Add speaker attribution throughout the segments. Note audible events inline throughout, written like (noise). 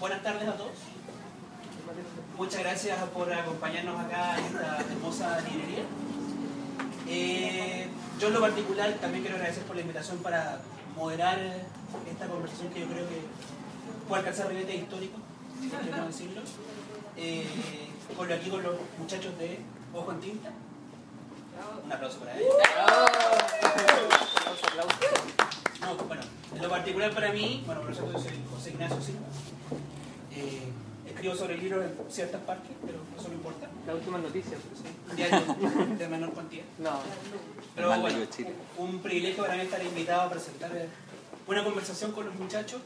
Speaker 1: Buenas tardes a todos. Muchas gracias por acompañarnos acá en esta hermosa librería. Eh, yo en lo particular también quiero agradecer por la invitación para moderar esta conversación que yo creo que puede alcanzar ribetes históricos, si queremos decirlo. Eh, con lo- aquí con los muchachos de Ojo en Tinta. Un aplauso para ellos. No, bueno, en lo particular para mí, bueno, por ejemplo, yo soy José Ignacio Silva. Eh, escribo sobre libros en ciertas partes, pero eso no importa.
Speaker 2: La última noticia,
Speaker 1: Un diario de menor cuantía.
Speaker 2: No,
Speaker 1: Pero
Speaker 3: Mal
Speaker 1: bueno,
Speaker 3: digo, Chile.
Speaker 1: un privilegio para mí estar invitado a presentar eh, una conversación con los muchachos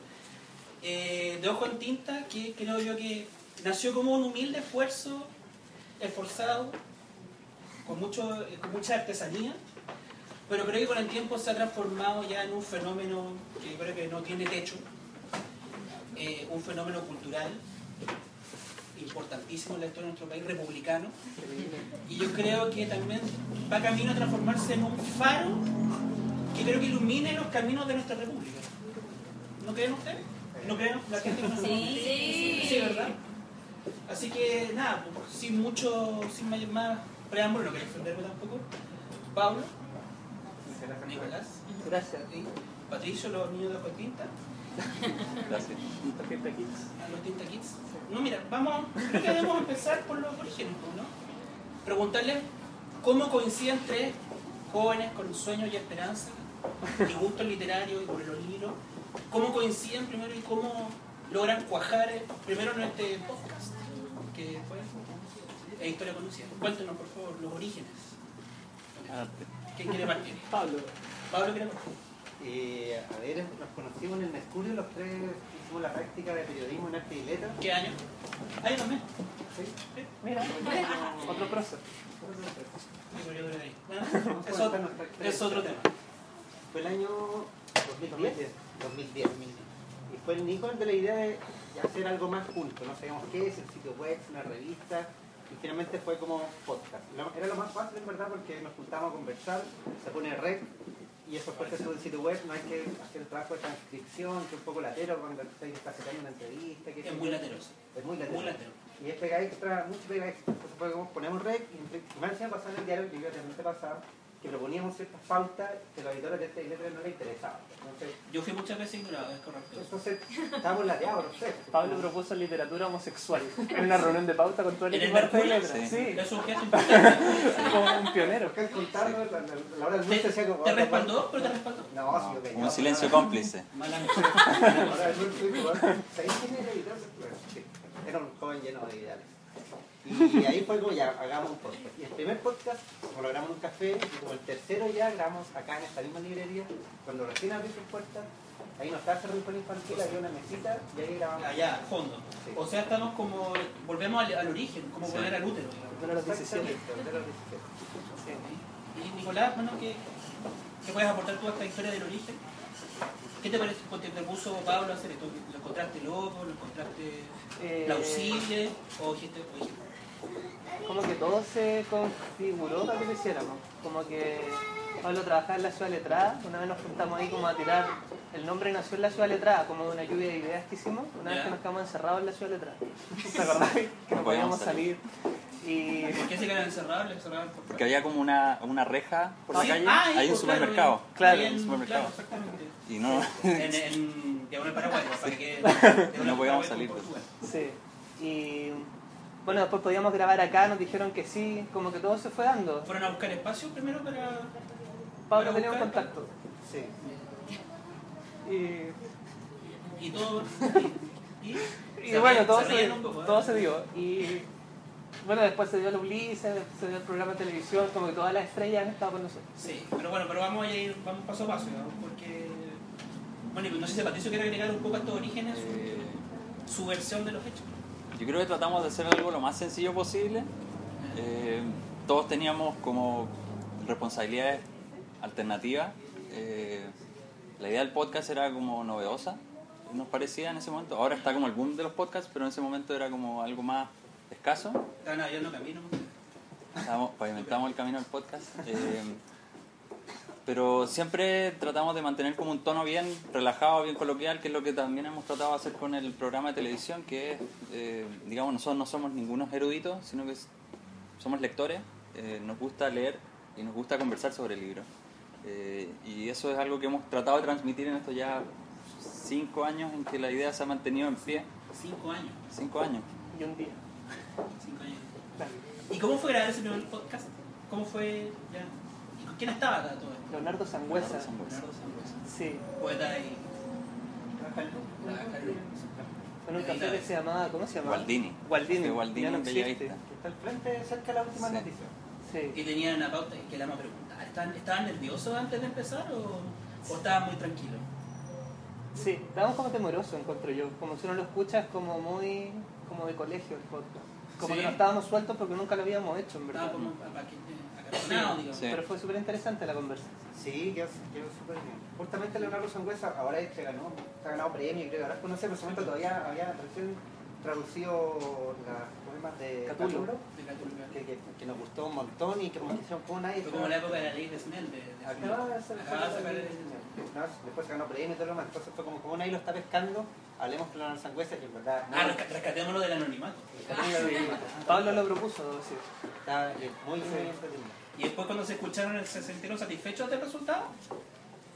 Speaker 1: eh, de Ojo en Tinta, que creo yo que nació como un humilde esfuerzo, esforzado, con, mucho, eh, con mucha artesanía, pero creo que con el tiempo se ha transformado ya en un fenómeno que yo creo que no tiene techo, eh, un fenómeno cultural importantísimo en la historia de nuestro país, republicano, y yo creo que también va camino a transformarse en un faro que creo que ilumine los caminos de nuestra república. ¿No creen ustedes? ¿No creen la gente que nos
Speaker 4: Sí.
Speaker 1: Sí. Sí, ¿verdad? Así que nada, pues, sin mucho, sin may- más preámbulo, no quiero extenderme tampoco. Pablo, Nicolás,
Speaker 2: gracias.
Speaker 1: y Patricio, los niños de Ojo de Tinta,
Speaker 3: Gracias.
Speaker 2: Tarjeta aquí.
Speaker 1: a los Tinta Kids. No, mira, vamos, creo que debemos empezar por los orígenes, pues, ¿no? Preguntarles cómo coinciden tres jóvenes con sueños y esperanzas, y gustos literarios y por los libros, cómo coinciden primero y cómo logran cuajar eh, primero en este podcast, que fue eh, Historia Conocida. Cuéntenos, por favor, los orígenes. ¿Quién quiere partir?
Speaker 2: Pablo,
Speaker 1: Pablo, quiere partir?
Speaker 5: Eh, a ver, nos conocimos en el Mercurio, los tres hicimos la práctica de periodismo en arte y letra.
Speaker 1: ¿Qué año? Año también.
Speaker 5: ¿sí?
Speaker 2: mira, otro proceso.
Speaker 1: Digo, yo creo que ahí. Bueno, ¿Ah? es otro- es otro tema.
Speaker 5: Fue el año 2010. 2010. Y fue el Nico el de la idea de hacer algo más culto. No sabíamos qué es, el sitio web, una revista. Y finalmente fue como podcast. Lo- Era lo más fácil en verdad porque nos juntábamos a conversar, se pone red y eso fue el sitio web. No hay que hacer el trabajo de transcripción, que es un poco latero cuando estáis sacando una entrevista. que
Speaker 1: Es muy lateroso.
Speaker 5: Es muy latero.
Speaker 1: Muy latero.
Speaker 5: Y es pega extra, mucho pega extra. Entonces fue como ponemos rec y entre- y más encima pasaba en el diario, que yo también te pasaba, que proponíamos ciertas pautas que los editores de este letra no les interesaban. Entonces,
Speaker 1: Yo fui muchas veces ignorado, es correcto.
Speaker 5: entonces estábamos lateados, no sé.
Speaker 2: Pablo propuso literatura (laughs) homosexual en una reunión de pauta con todo el
Speaker 1: ¿En el
Speaker 2: equipo de arte y
Speaker 1: Mercurio?
Speaker 2: letras.
Speaker 3: Sí.
Speaker 2: Sí,
Speaker 1: Es un gesto importante.
Speaker 2: como un pionero.
Speaker 5: Porque al contarnos, la, la, la hora del
Speaker 1: ¿Te,
Speaker 5: lunch decía como... "Oh,
Speaker 1: te respaldó? ¿Pero te respaldó?
Speaker 5: No, sí, ok,
Speaker 3: Un
Speaker 5: no,
Speaker 3: silencio
Speaker 5: no, no.
Speaker 3: cómplice.
Speaker 1: Mala noche.
Speaker 5: La hora del lunch, sí, igual. ¿Sabéis quién era el editor? Bueno, sí. Era un joven lleno de ideales. Y ahí fue como ya, hagamos un podcast. Y el primer podcast, como lo grabamos en un café, y como el tercero ya grabamos acá en esta misma librería, cuando recién abrí sus puertas, ahí nos estaba cerrando rincón infantil, había una mesita y ahí grabamos.
Speaker 1: Allá, a fondo.
Speaker 5: Sí.
Speaker 1: O sea, estamos como. Volvemos al, al origen, como
Speaker 3: Sí.
Speaker 1: volver al útero. digamos.
Speaker 2: Primero los 17.
Speaker 5: Exactamente, de los 17.
Speaker 1: Y Nicolás, bueno, ¿qué, qué puedes aportar tú a esta historia del origen? ¿Qué te parece cuando te propuso Pablo hacer esto? ¿Lo encontraste loco? ¿Lo encontraste
Speaker 2: Eh,
Speaker 1: plausible? ¿O dijiste, o dijiste,
Speaker 2: como que todo se configuró para que lo hiciéramos. Como que Pablo trabajaba en la ciudad letrada, una vez nos juntamos ahí como a tirar el nombre nació en la ciudad letrada, como de una lluvia de ideas que hicimos, una
Speaker 1: Ya.
Speaker 2: vez que nos quedamos encerrados en la ciudad (laughs) letrada. ¿Te acordás? Que no podíamos salir. Y
Speaker 1: ¿Por qué se quedan encerrados? ¿Les cerraron por
Speaker 3: Porque había como una, una reja por la
Speaker 1: Sí,
Speaker 3: calle.
Speaker 1: ah, ahí,
Speaker 3: Hay un
Speaker 1: pues,
Speaker 3: supermercado.
Speaker 2: Claro,
Speaker 1: ahí
Speaker 3: un supermercado.
Speaker 1: claro, exactamente.
Speaker 3: Y no.
Speaker 1: En, en Diagonal Paraguay, para que Diagonal
Speaker 3: No podíamos
Speaker 1: Paraguay
Speaker 3: salir,
Speaker 1: con
Speaker 3: pues.
Speaker 1: Portugal.
Speaker 2: Sí. Y bueno, después podíamos grabar acá, nos dijeron que sí, como que todo se fue dando.
Speaker 1: Fueron a buscar espacio primero para.
Speaker 2: Pablo tenía un
Speaker 1: buscar-
Speaker 2: contacto.
Speaker 5: Sí.
Speaker 2: Y,
Speaker 1: Y todo. Y, y-
Speaker 2: y
Speaker 1: se
Speaker 2: bueno,
Speaker 1: ríen-
Speaker 2: todo
Speaker 1: se
Speaker 2: se,
Speaker 1: ríen un poco, ¿eh?
Speaker 2: todo se dio. Y bueno, después se dio el Ulises, se dio el programa de televisión, como que todas las estrellas han estado con nosotros.
Speaker 1: Sí, pero bueno, pero vamos a ir vamos paso a paso, digamos, porque. Bueno, y no sé si Patricio quiere agregar un poco a estos orígenes
Speaker 3: Eh,
Speaker 1: su, su versión de los hechos.
Speaker 3: Yo creo que tratamos de hacer algo lo más sencillo posible. Eh, todos teníamos como responsabilidades alternativas. Eh, la idea del podcast era como novedosa, nos parecía en ese momento. Ahora está como el boom de los podcasts, pero en ese momento era como algo más escaso.
Speaker 1: Estaban abriendo camino.
Speaker 3: Estamos- pavimentamos el camino al podcast. Eh, Pero siempre tratamos de mantener como un tono bien relajado, bien coloquial, que es lo que también hemos tratado de hacer con el programa de televisión, que es, eh, digamos, nosotros no somos ningunos eruditos, sino que s- somos lectores, eh, nos gusta leer y nos gusta conversar sobre libros. Eh, y eso es algo que hemos tratado de transmitir en estos ya cinco años en que la idea se ha mantenido en pie.
Speaker 1: Cinco años.
Speaker 3: Cinco años.
Speaker 2: Y un día.
Speaker 1: Cinco años.
Speaker 2: Claro.
Speaker 1: ¿Y cómo fue grabar ese primer podcast? ¿Cómo fue ya? ¿Y con quién estaba acá todo esto?
Speaker 2: Leonardo Sangüesa.
Speaker 3: Leonardo Sangüesa.
Speaker 1: Leonardo Sangüesa.
Speaker 2: Sí.
Speaker 1: Poeta y
Speaker 2: Con un café que se llamaba, ¿cómo se llamaba?
Speaker 3: Gualdini.
Speaker 1: este
Speaker 2: Gualdini.
Speaker 3: De Gualdini
Speaker 2: ya no
Speaker 3: en
Speaker 2: existe.
Speaker 3: Bellavista.
Speaker 5: Está al frente, cerca de la última
Speaker 3: Sí.
Speaker 5: noticia.
Speaker 2: Sí.
Speaker 1: que tenían una pauta y que le vamos a preguntar. ¿Estaban, estaban nerviosos antes de empezar o, o estaban muy tranquilos?
Speaker 2: Sí, estábamos como temorosos, encuentro yo. Como si uno lo escucha, es como muy, como de colegio el podcast. Como
Speaker 1: Sí.
Speaker 2: que no estábamos sueltos porque nunca lo habíamos hecho, en
Speaker 1: Estaban
Speaker 2: verdad.
Speaker 1: como acartonados, eh, digamos.
Speaker 3: Sí.
Speaker 2: Pero fue súper interesante la conversa.
Speaker 5: Sí, quedó, quedó súper bien. Justamente Leonardo Sangüesa ahora se ganó, se ha ganado premio, creo que ahora no sé, pero en ese momento todavía había recién traducido los poemas de
Speaker 2: Catulo.
Speaker 5: Catulo,
Speaker 1: De Catulca.
Speaker 5: que, que- que nos gustó un montón y Ah, que como que hicieron como nadie.
Speaker 1: Fue como la época de la ley de Snell. De, de
Speaker 5: Acaba de
Speaker 1: Snell.
Speaker 5: ser-
Speaker 1: Acaba de sacar la ley de Snell.
Speaker 5: No, después se ganó premio y todo lo demás. Entonces fue como, como nadie lo está pescando, hablemos con Leonardo Sangüesa y en verdad.
Speaker 1: Ah,
Speaker 5: no,
Speaker 1: resca- rescatémoslo del anonimato. (laughs)
Speaker 2: Pablo lo propuso, debo decir.
Speaker 5: Está eh, muy, muy entretenido.
Speaker 1: Y después cuando se escucharon, ¿se sintieron satisfechos del resultado?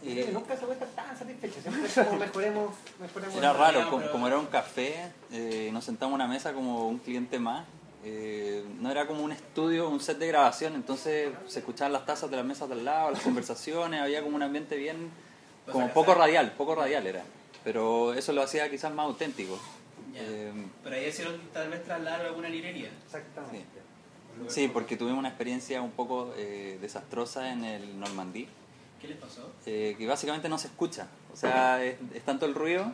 Speaker 5: Creo que
Speaker 3: Eh,
Speaker 5: nunca se vuelve tan satisfecho, siempre es como mejoremos, mejoremos.
Speaker 3: Era raro, como,
Speaker 1: pero-
Speaker 3: como era un café, eh, nos sentamos a una mesa como un cliente más. eh, no era como un estudio, un set de grabación, entonces se escuchaban las tazas de las mesas de al lado, las conversaciones, había como un ambiente bien, como
Speaker 1: Pues,
Speaker 3: poco
Speaker 1: acá.
Speaker 3: radial, poco radial era. Pero eso lo hacía quizás más auténtico.
Speaker 1: Ya.
Speaker 3: Eh,
Speaker 1: Pero ahí decidieron tal vez trasladarlo a alguna librería.
Speaker 5: Exactamente.
Speaker 3: sí, porque tuvimos una experiencia un poco eh, desastrosa en el Normandí.
Speaker 1: ¿Qué les pasó?
Speaker 3: eh, que básicamente no se escucha. O sea, es, es tanto el ruido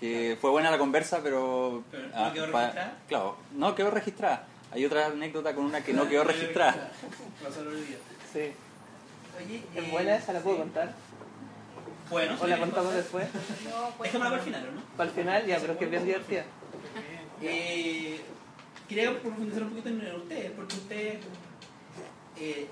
Speaker 3: que fue buena la conversa, pero...
Speaker 1: Pero
Speaker 3: ah,
Speaker 1: no quedó registrada.
Speaker 3: Claro, no quedó registrada. Hay otra anécdota con una que
Speaker 1: (laughs)
Speaker 3: no quedó registrada.
Speaker 1: Pasó el olvido.
Speaker 2: Sí.
Speaker 1: Oye, eh,
Speaker 2: ¿Es buena esa? ¿La puedo contar?
Speaker 1: Bueno,
Speaker 2: ¿O
Speaker 1: sí,
Speaker 2: la
Speaker 1: bien, (laughs)
Speaker 2: contamos
Speaker 1: pasa.
Speaker 2: después?
Speaker 1: Dejémosla para el final, ¿o ¿no?
Speaker 2: Para el final, ya, pero es que es bien divertida.
Speaker 1: Eh, quería profundizar un poquito en ustedes, porque ustedes eh,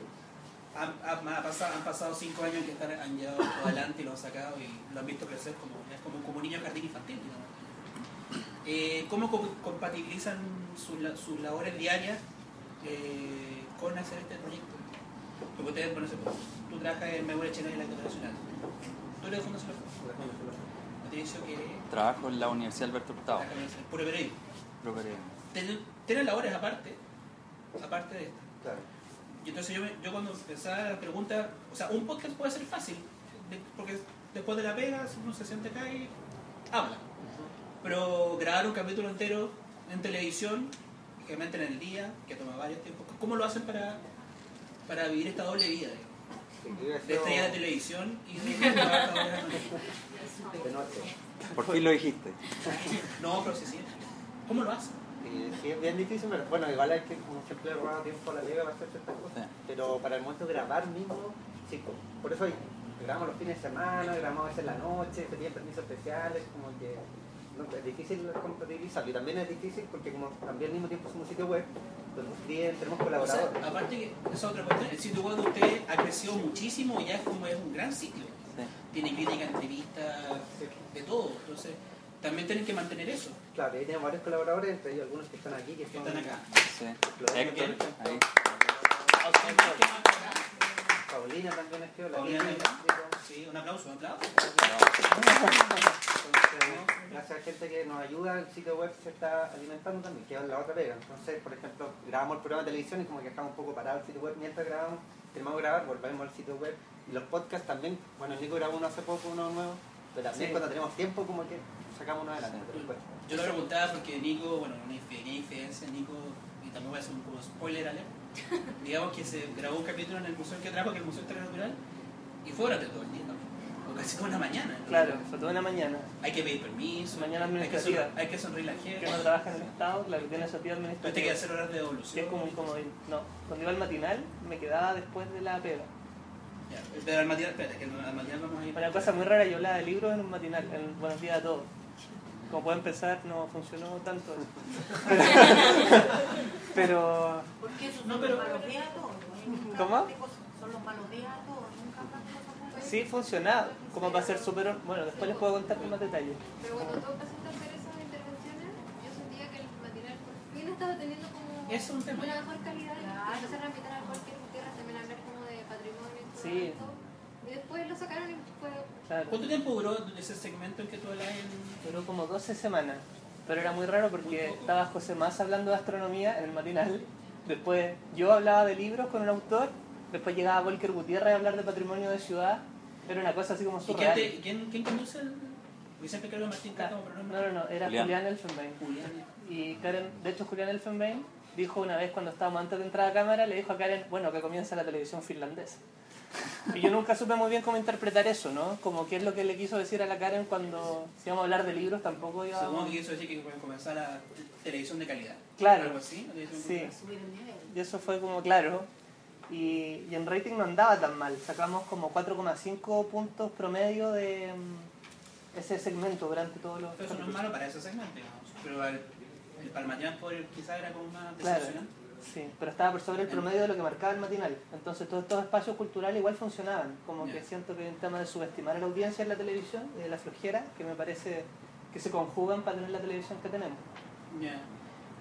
Speaker 1: han, han- ha pasado, han pasado cinco años en que están, han llevado todo adelante y lo han sacado y lo han visto crecer como, es como, como niño de jardín infantil. digamos. Eh, ¿Cómo co- compatibilizan sus la- sus labores diarias eh, con hacer este proyecto? Porque ustedes, bueno, se- tú trabajas en Memoria Chilena y la Internacional. Tú eres de Fundación La Fuerza. Yo te he dicho que
Speaker 3: Trabajo en la Universidad Alberto Hurtado.
Speaker 1: trabajas en el puro periodismo.
Speaker 3: Creo que-
Speaker 1: Ten- tienen labores aparte, aparte de esta.
Speaker 5: Claro.
Speaker 1: Y entonces yo, me- yo cuando empezaba la pregunta, o sea, un podcast puede ser fácil, de- porque después de la pega uno se siente acá y habla. Pero grabar un capítulo entero en televisión, generalmente en el día, que toma varios tiempos, ¿cómo lo hacen para, para vivir esta doble vida? digamos?
Speaker 5: Sí, yo
Speaker 1: De
Speaker 5: deseo-
Speaker 1: estrella de televisión y de (laughs) grabar esta doble vida.
Speaker 5: de noche.
Speaker 3: ¿Por qué lo dijiste?
Speaker 1: No, pero sí, sí. ¿Cómo lo hacen?
Speaker 5: Eh, sí, es bien difícil, pero bueno, igual hay que, como siempre, robar tiempo a la liga para hacer ciertas cosas.
Speaker 3: Sí.
Speaker 5: Pero para el momento de grabar mismo, sí, por eso hay- grabamos los fines de semana, grabamos a veces en la noche, se piden permisos especiales, como que no, es difícil compatibilizarlo. Y también es difícil porque como también al mismo tiempo somos sitio web, donde escriben, tenemos
Speaker 1: O sea,
Speaker 5: colaboradores.
Speaker 1: aparte que esa otra cuestión, el sitio web de ustedes ha crecido muchísimo y ya es como es un gran sitio.
Speaker 3: Sí.
Speaker 1: Tiene crítica, entrevistas,
Speaker 5: Sí.
Speaker 1: de todo. Entonces, también tienen que mantener eso.
Speaker 5: Claro, y ahí tenemos varios colaboradores, entre ellos algunos que están aquí, que
Speaker 1: Que
Speaker 5: son-
Speaker 1: están acá.
Speaker 3: sí.
Speaker 5: Lo veo
Speaker 3: Héctor,
Speaker 5: bien.
Speaker 3: ahí.
Speaker 2: Ah,
Speaker 5: Paulina también es que la
Speaker 1: Paulina
Speaker 5: Kiki,
Speaker 1: acá.
Speaker 5: digo,
Speaker 1: Sí, un aplauso, un aplauso.
Speaker 5: Entonces, gracias a gente que nos ayuda, el sitio web se está alimentando también, que es la otra pega. Entonces, por ejemplo, grabamos el programa de televisión y como que dejamos un poco parado el sitio web mientras grabamos, terminamos de grabar, volvemos al sitio web. Y los podcasts también, bueno, el Nico grabó uno hace poco, uno nuevo, pero también
Speaker 2: Sí.
Speaker 5: cuando tenemos tiempo como que sacamos uno adelante. pero bueno.
Speaker 1: Yo lo preguntaba porque Nico, bueno, una infi- pequeña infidencia, Nico, y también voy a hacer un como spoiler
Speaker 2: (laughs)
Speaker 1: alert, digamos que se grabó un capítulo en el museo en que trabajo, que es el Museo Historia Natural, y fue durante todo el día, ¿no? o casi toda una mañana. ¿no?
Speaker 2: Claro, sobre todo en la mañana.
Speaker 1: Hay que pedir permiso,
Speaker 2: Mañana
Speaker 1: hay, que
Speaker 2: administrativa.
Speaker 1: sonre- hay que sonreír a la
Speaker 2: Que no
Speaker 1: gente.
Speaker 2: trabaja en el Estado, claro, que tiene esa
Speaker 1: Tú
Speaker 2: tía
Speaker 1: te quedas
Speaker 2: administrativa.
Speaker 1: hacer horas de
Speaker 2: Que
Speaker 1: devolución.
Speaker 2: es como un comodín. No, cuando iba al matinal, me quedaba después de la pega.
Speaker 1: Ya, pero al matinal, espérate, que al matinal vamos a ir.
Speaker 2: Una cosa muy rara, yo hablaba de libros en un matinal, en Buenos Días a Todos. Como pueden pensar, no funcionó tanto. Pero, pero
Speaker 4: Porque esos
Speaker 1: No,
Speaker 4: son
Speaker 1: pero-
Speaker 4: los malos días a todos. ¿no? Nunca
Speaker 2: ¿Cómo?
Speaker 4: más de cosas. Son los malos días a todos. Nunca más de cosas
Speaker 2: sí funcionaba, como para ser súper... Bueno, después les puedo contar con más detalles.
Speaker 4: Pero cuando tú empezaste a hacer esas intervenciones, ¿eh? yo sentía que el material por fin estaba teniendo como
Speaker 1: Es un tema.
Speaker 4: una mejor calidad. Y empezaron a invitar a cualquier tierra también a hablar como de patrimonio y todo
Speaker 2: Sí.
Speaker 4: esto. Y después lo sacaron y fue...
Speaker 2: Claro.
Speaker 1: ¿Cuánto tiempo duró ese segmento en que tú hablabas en.?
Speaker 2: Duró como 12 semanas, pero era muy raro porque estaba José Más hablando de astronomía en el matinal, después yo hablaba de libros con un autor, después llegaba Volker Gutiérrez a hablar de patrimonio de ciudad, era una cosa así como
Speaker 1: ¿Y quién,
Speaker 2: surreal.
Speaker 1: te- quién, quién conduce el.? Yo siempre creo que Martín Cárcamo, pero no
Speaker 2: No, no, no, era
Speaker 3: Julián.
Speaker 2: Julián, Elfenbein.
Speaker 1: Julián. eh,
Speaker 2: Y Karen, de hecho Julián Elfenbein dijo una vez cuando estábamos antes de entrar a cámara, le dijo a Karen, bueno, que comienza la televisión finlandesa. Y yo nunca supe muy bien cómo interpretar eso, ¿no? Como qué es lo que le quiso decir a la Karen cuando, si íbamos a hablar de libros, tampoco íbamos...
Speaker 1: Supongo que quiso decir que iba a comenzar la te- televisión de calidad.
Speaker 2: Claro.
Speaker 1: Algo así. la televisión
Speaker 2: Sí.
Speaker 1: de
Speaker 6: subir el nivel.
Speaker 2: Y eso fue como claro. Y, y en rating no andaba tan mal. Sacamos como 4,5 puntos promedio de mm, ese segmento durante todos los.
Speaker 1: calidad. Eso no es
Speaker 2: capítulos.
Speaker 1: malo para ese segmento, digamos. Pero el, el palmateán quizás era como más
Speaker 2: Claro.
Speaker 1: decepcionante.
Speaker 2: Sí, pero estaba por sobre el promedio de lo que marcaba el matinal. Entonces todos estos espacios culturales igual funcionaban. Como
Speaker 1: Ya.
Speaker 2: que siento que hay un tema de subestimar a la audiencia en la televisión, de la flojera, que me parece que se conjugan para tener la televisión que tenemos.
Speaker 1: Ya.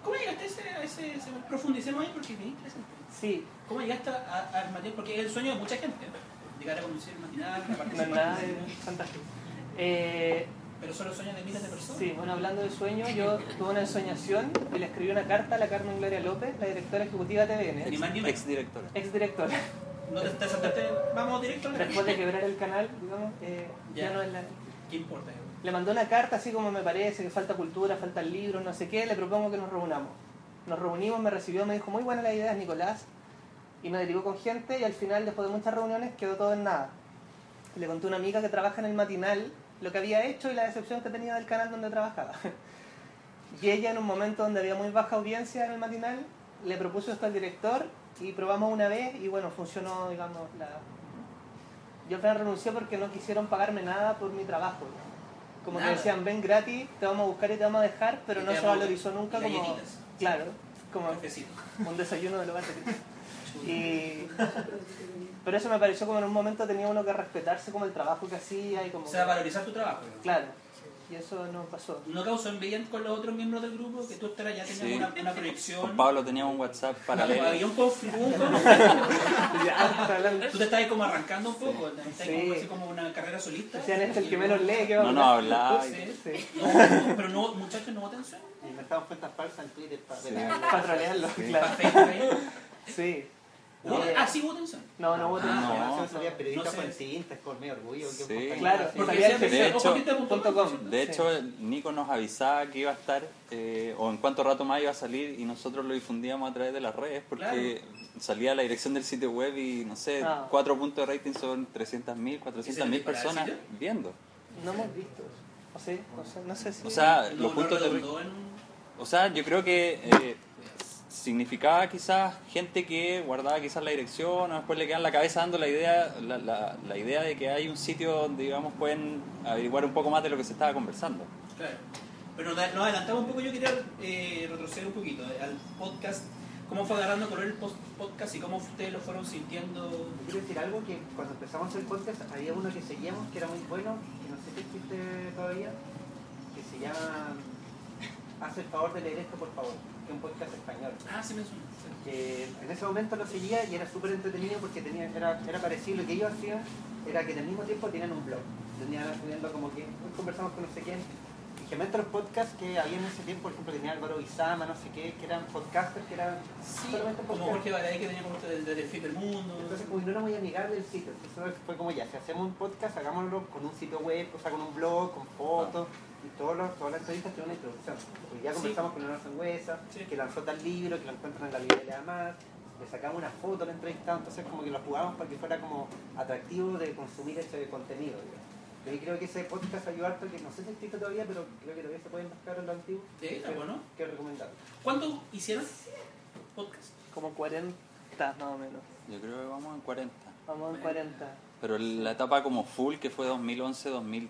Speaker 1: ¿Cómo llegaste a ese, a ese, ese- Profundicemos ahí porque es bien interesante.
Speaker 2: Sí,
Speaker 1: ¿Cómo llegaste a- a- al matinal? Porque es el sueño de mucha gente. Llegar a conducir el matinal, a
Speaker 2: no
Speaker 1: participar.
Speaker 2: es nada de fantástico. Eh,
Speaker 1: Pero son los sueños de miles de personas.
Speaker 2: Sí, bueno, hablando de sueños, yo tuve una ensoñación y le escribí una carta a la Carmen Gloria López, la directora ejecutiva de
Speaker 1: Ni
Speaker 2: TVN,
Speaker 1: más ni menos.
Speaker 3: Ex directora.
Speaker 2: exdirectora. (laughs)
Speaker 1: No te, te saltaste. Vamos directo a la
Speaker 2: Después de quebrar el canal, digamos, eh,
Speaker 1: Ya.
Speaker 2: ya no es la...
Speaker 1: ¿Qué importa?
Speaker 2: Le mandó una carta así como me parece, que falta cultura, faltan libros, no sé qué, le propongo que nos reunamos. Nos reunimos, me recibió, me dijo, muy buena la idea, Nicolás, y me derivó con gente y al final, después de muchas reuniones, quedó todo en nada. Le conté a una amiga que trabaja en el matinal lo que había hecho y la decepción que tenía del canal donde trabajaba. (laughs) Y ella, en un momento donde había muy baja audiencia en el matinal, le propuso esto al director y probamos una vez y bueno, funcionó, digamos, la... Yo al final renuncié porque no quisieron pagarme nada por mi trabajo. Como
Speaker 1: Nada.
Speaker 2: que decían, ven gratis, te vamos a buscar y te vamos a dejar, pero
Speaker 1: Y
Speaker 2: no
Speaker 1: te
Speaker 2: se
Speaker 1: vamos a-
Speaker 2: valorizó nunca como...
Speaker 1: galletitas.
Speaker 2: Claro, como
Speaker 1: Cafecito.
Speaker 2: un desayuno de hogar de Cristo. Y... Pero eso me pareció como en un momento tenía uno que respetarse como el trabajo que hacía y como...
Speaker 1: O sea, valorizar tu trabajo. ¿no?
Speaker 2: Claro, y eso no pasó.
Speaker 1: ¿No causó envidia con los otros miembros del grupo? Que tú estarás ya tenías
Speaker 3: Sí.
Speaker 1: una, una
Speaker 3: Con
Speaker 1: proyección.
Speaker 3: Pablo teníamos un WhatsApp paralelo.
Speaker 1: Había un conflicto. un
Speaker 2: (laughs)
Speaker 1: conflicto.
Speaker 2: (laughs) Ya, está hablando.
Speaker 1: tú te estás ahí como arrancando un poco. te Estás ahí como,
Speaker 2: Sí.
Speaker 1: así como una carrera solista.
Speaker 2: Decían, este es el que menos lee, que va a
Speaker 3: No nos
Speaker 2: hablar?".
Speaker 3: hablaba. y-
Speaker 1: Sí.
Speaker 2: Sí,
Speaker 1: No, no, pero no, muchachos, no voten sueño.
Speaker 5: Inventamos cuentas falsas en Twitter para
Speaker 3: Sí.
Speaker 5: ver.
Speaker 2: para trolearlo,
Speaker 3: Sí.
Speaker 1: Para
Speaker 2: claro.
Speaker 1: Facebook
Speaker 2: (laughs)
Speaker 1: ahí.
Speaker 2: Sí.
Speaker 1: Voten-
Speaker 2: Eh,
Speaker 1: Ah, sí, voten sueño.
Speaker 2: No, no hubo
Speaker 3: No.
Speaker 5: (laughs) No,
Speaker 2: tanto.
Speaker 5: no sabía periodista
Speaker 1: No sé.
Speaker 5: por el siguiente, es con medio orgullo. que
Speaker 3: Sí.
Speaker 5: compañero
Speaker 2: Claro,
Speaker 5: así.
Speaker 1: Porque
Speaker 2: sabía
Speaker 1: decía,
Speaker 2: que-
Speaker 1: decía,
Speaker 3: de hecho,
Speaker 1: ojito.com,
Speaker 2: punto
Speaker 1: ¿cierto?
Speaker 3: De hecho, Nico nos avisaba que iba a estar eh, o en cuánto rato más iba a salir y nosotros lo difundíamos a través de las redes porque salía la dirección del sitio web y no sé,
Speaker 2: Ah.
Speaker 3: cuatro puntos de rating son 300.000,
Speaker 1: ¿Y se
Speaker 3: 400.000
Speaker 1: le disparaba el
Speaker 3: personas
Speaker 1: sitio?
Speaker 3: viendo.
Speaker 2: No hemos visto. O sea, o sea, no sé si...
Speaker 3: O sea,
Speaker 1: No, no
Speaker 3: los puntos de
Speaker 1: redundó en-
Speaker 3: O sea, yo creo que eh, significaba quizás gente que guardaba quizás la dirección o después le quedan la cabeza dando la idea, la, la- la idea de que hay un sitio donde, digamos, pueden averiguar un poco más de lo que se estaba conversando.
Speaker 1: Claro. Pero nos nos adelantamos un poco, yo quería eh, retroceder un poquito eh, al podcast, cómo fue agarrando color el post- podcast y cómo ustedes lo fueron sintiendo.
Speaker 5: Quiero decir algo que cuando empezamos el podcast había uno que seguíamos que era muy bueno, que no sé si existe todavía, que se llama Haz el favor de leer esto por favor, que es un podcast español.
Speaker 1: Ah, sí me suena.
Speaker 5: Que en ese momento lo seguía y era súper entretenido porque tenía, era, era parecido lo que ellos hacían, era que en el mismo tiempo tenían un blog. Tenían subiendo como que hoy conversamos con no sé quién. Y generalmente los podcasts que había en ese tiempo, por ejemplo, tenía Álvaro Izama, no sé qué, que eran podcasters que eran
Speaker 1: Sí,
Speaker 5: solamente
Speaker 1: como
Speaker 5: podcasts.
Speaker 1: Jorge Baradí que venía como del, del fin del mundo.
Speaker 5: Entonces, como que no era muy amigable el sitio. Entonces, fue como ya, si hacemos un podcast, hagámoslo con un sitio web, o sea, con un blog, con fotos, y todos los, todas las entrevistas tienen una introducción. Porque ya conversamos con una Sangüesa,
Speaker 1: Sí.
Speaker 5: que lanzó tal libro, que lo encuentran en la librería más, le sacamos una foto al entrevistado, entonces como que lo jugamos para que fuera como atractivo de consumir ese contenido. digamos. Yo ahí creo que ese podcast ayudó harto, que no sé si existe todavía, pero creo que todavía se pueden buscar en lo antiguo.
Speaker 1: Sí, está bueno.
Speaker 5: Que recomendable.
Speaker 1: ¿Cuánto hicieron podcast?
Speaker 2: Como 40 más o menos.
Speaker 3: Yo creo que vamos en 40.
Speaker 2: Vamos en 40.
Speaker 3: Pero la etapa como full, que fue 2011-2013,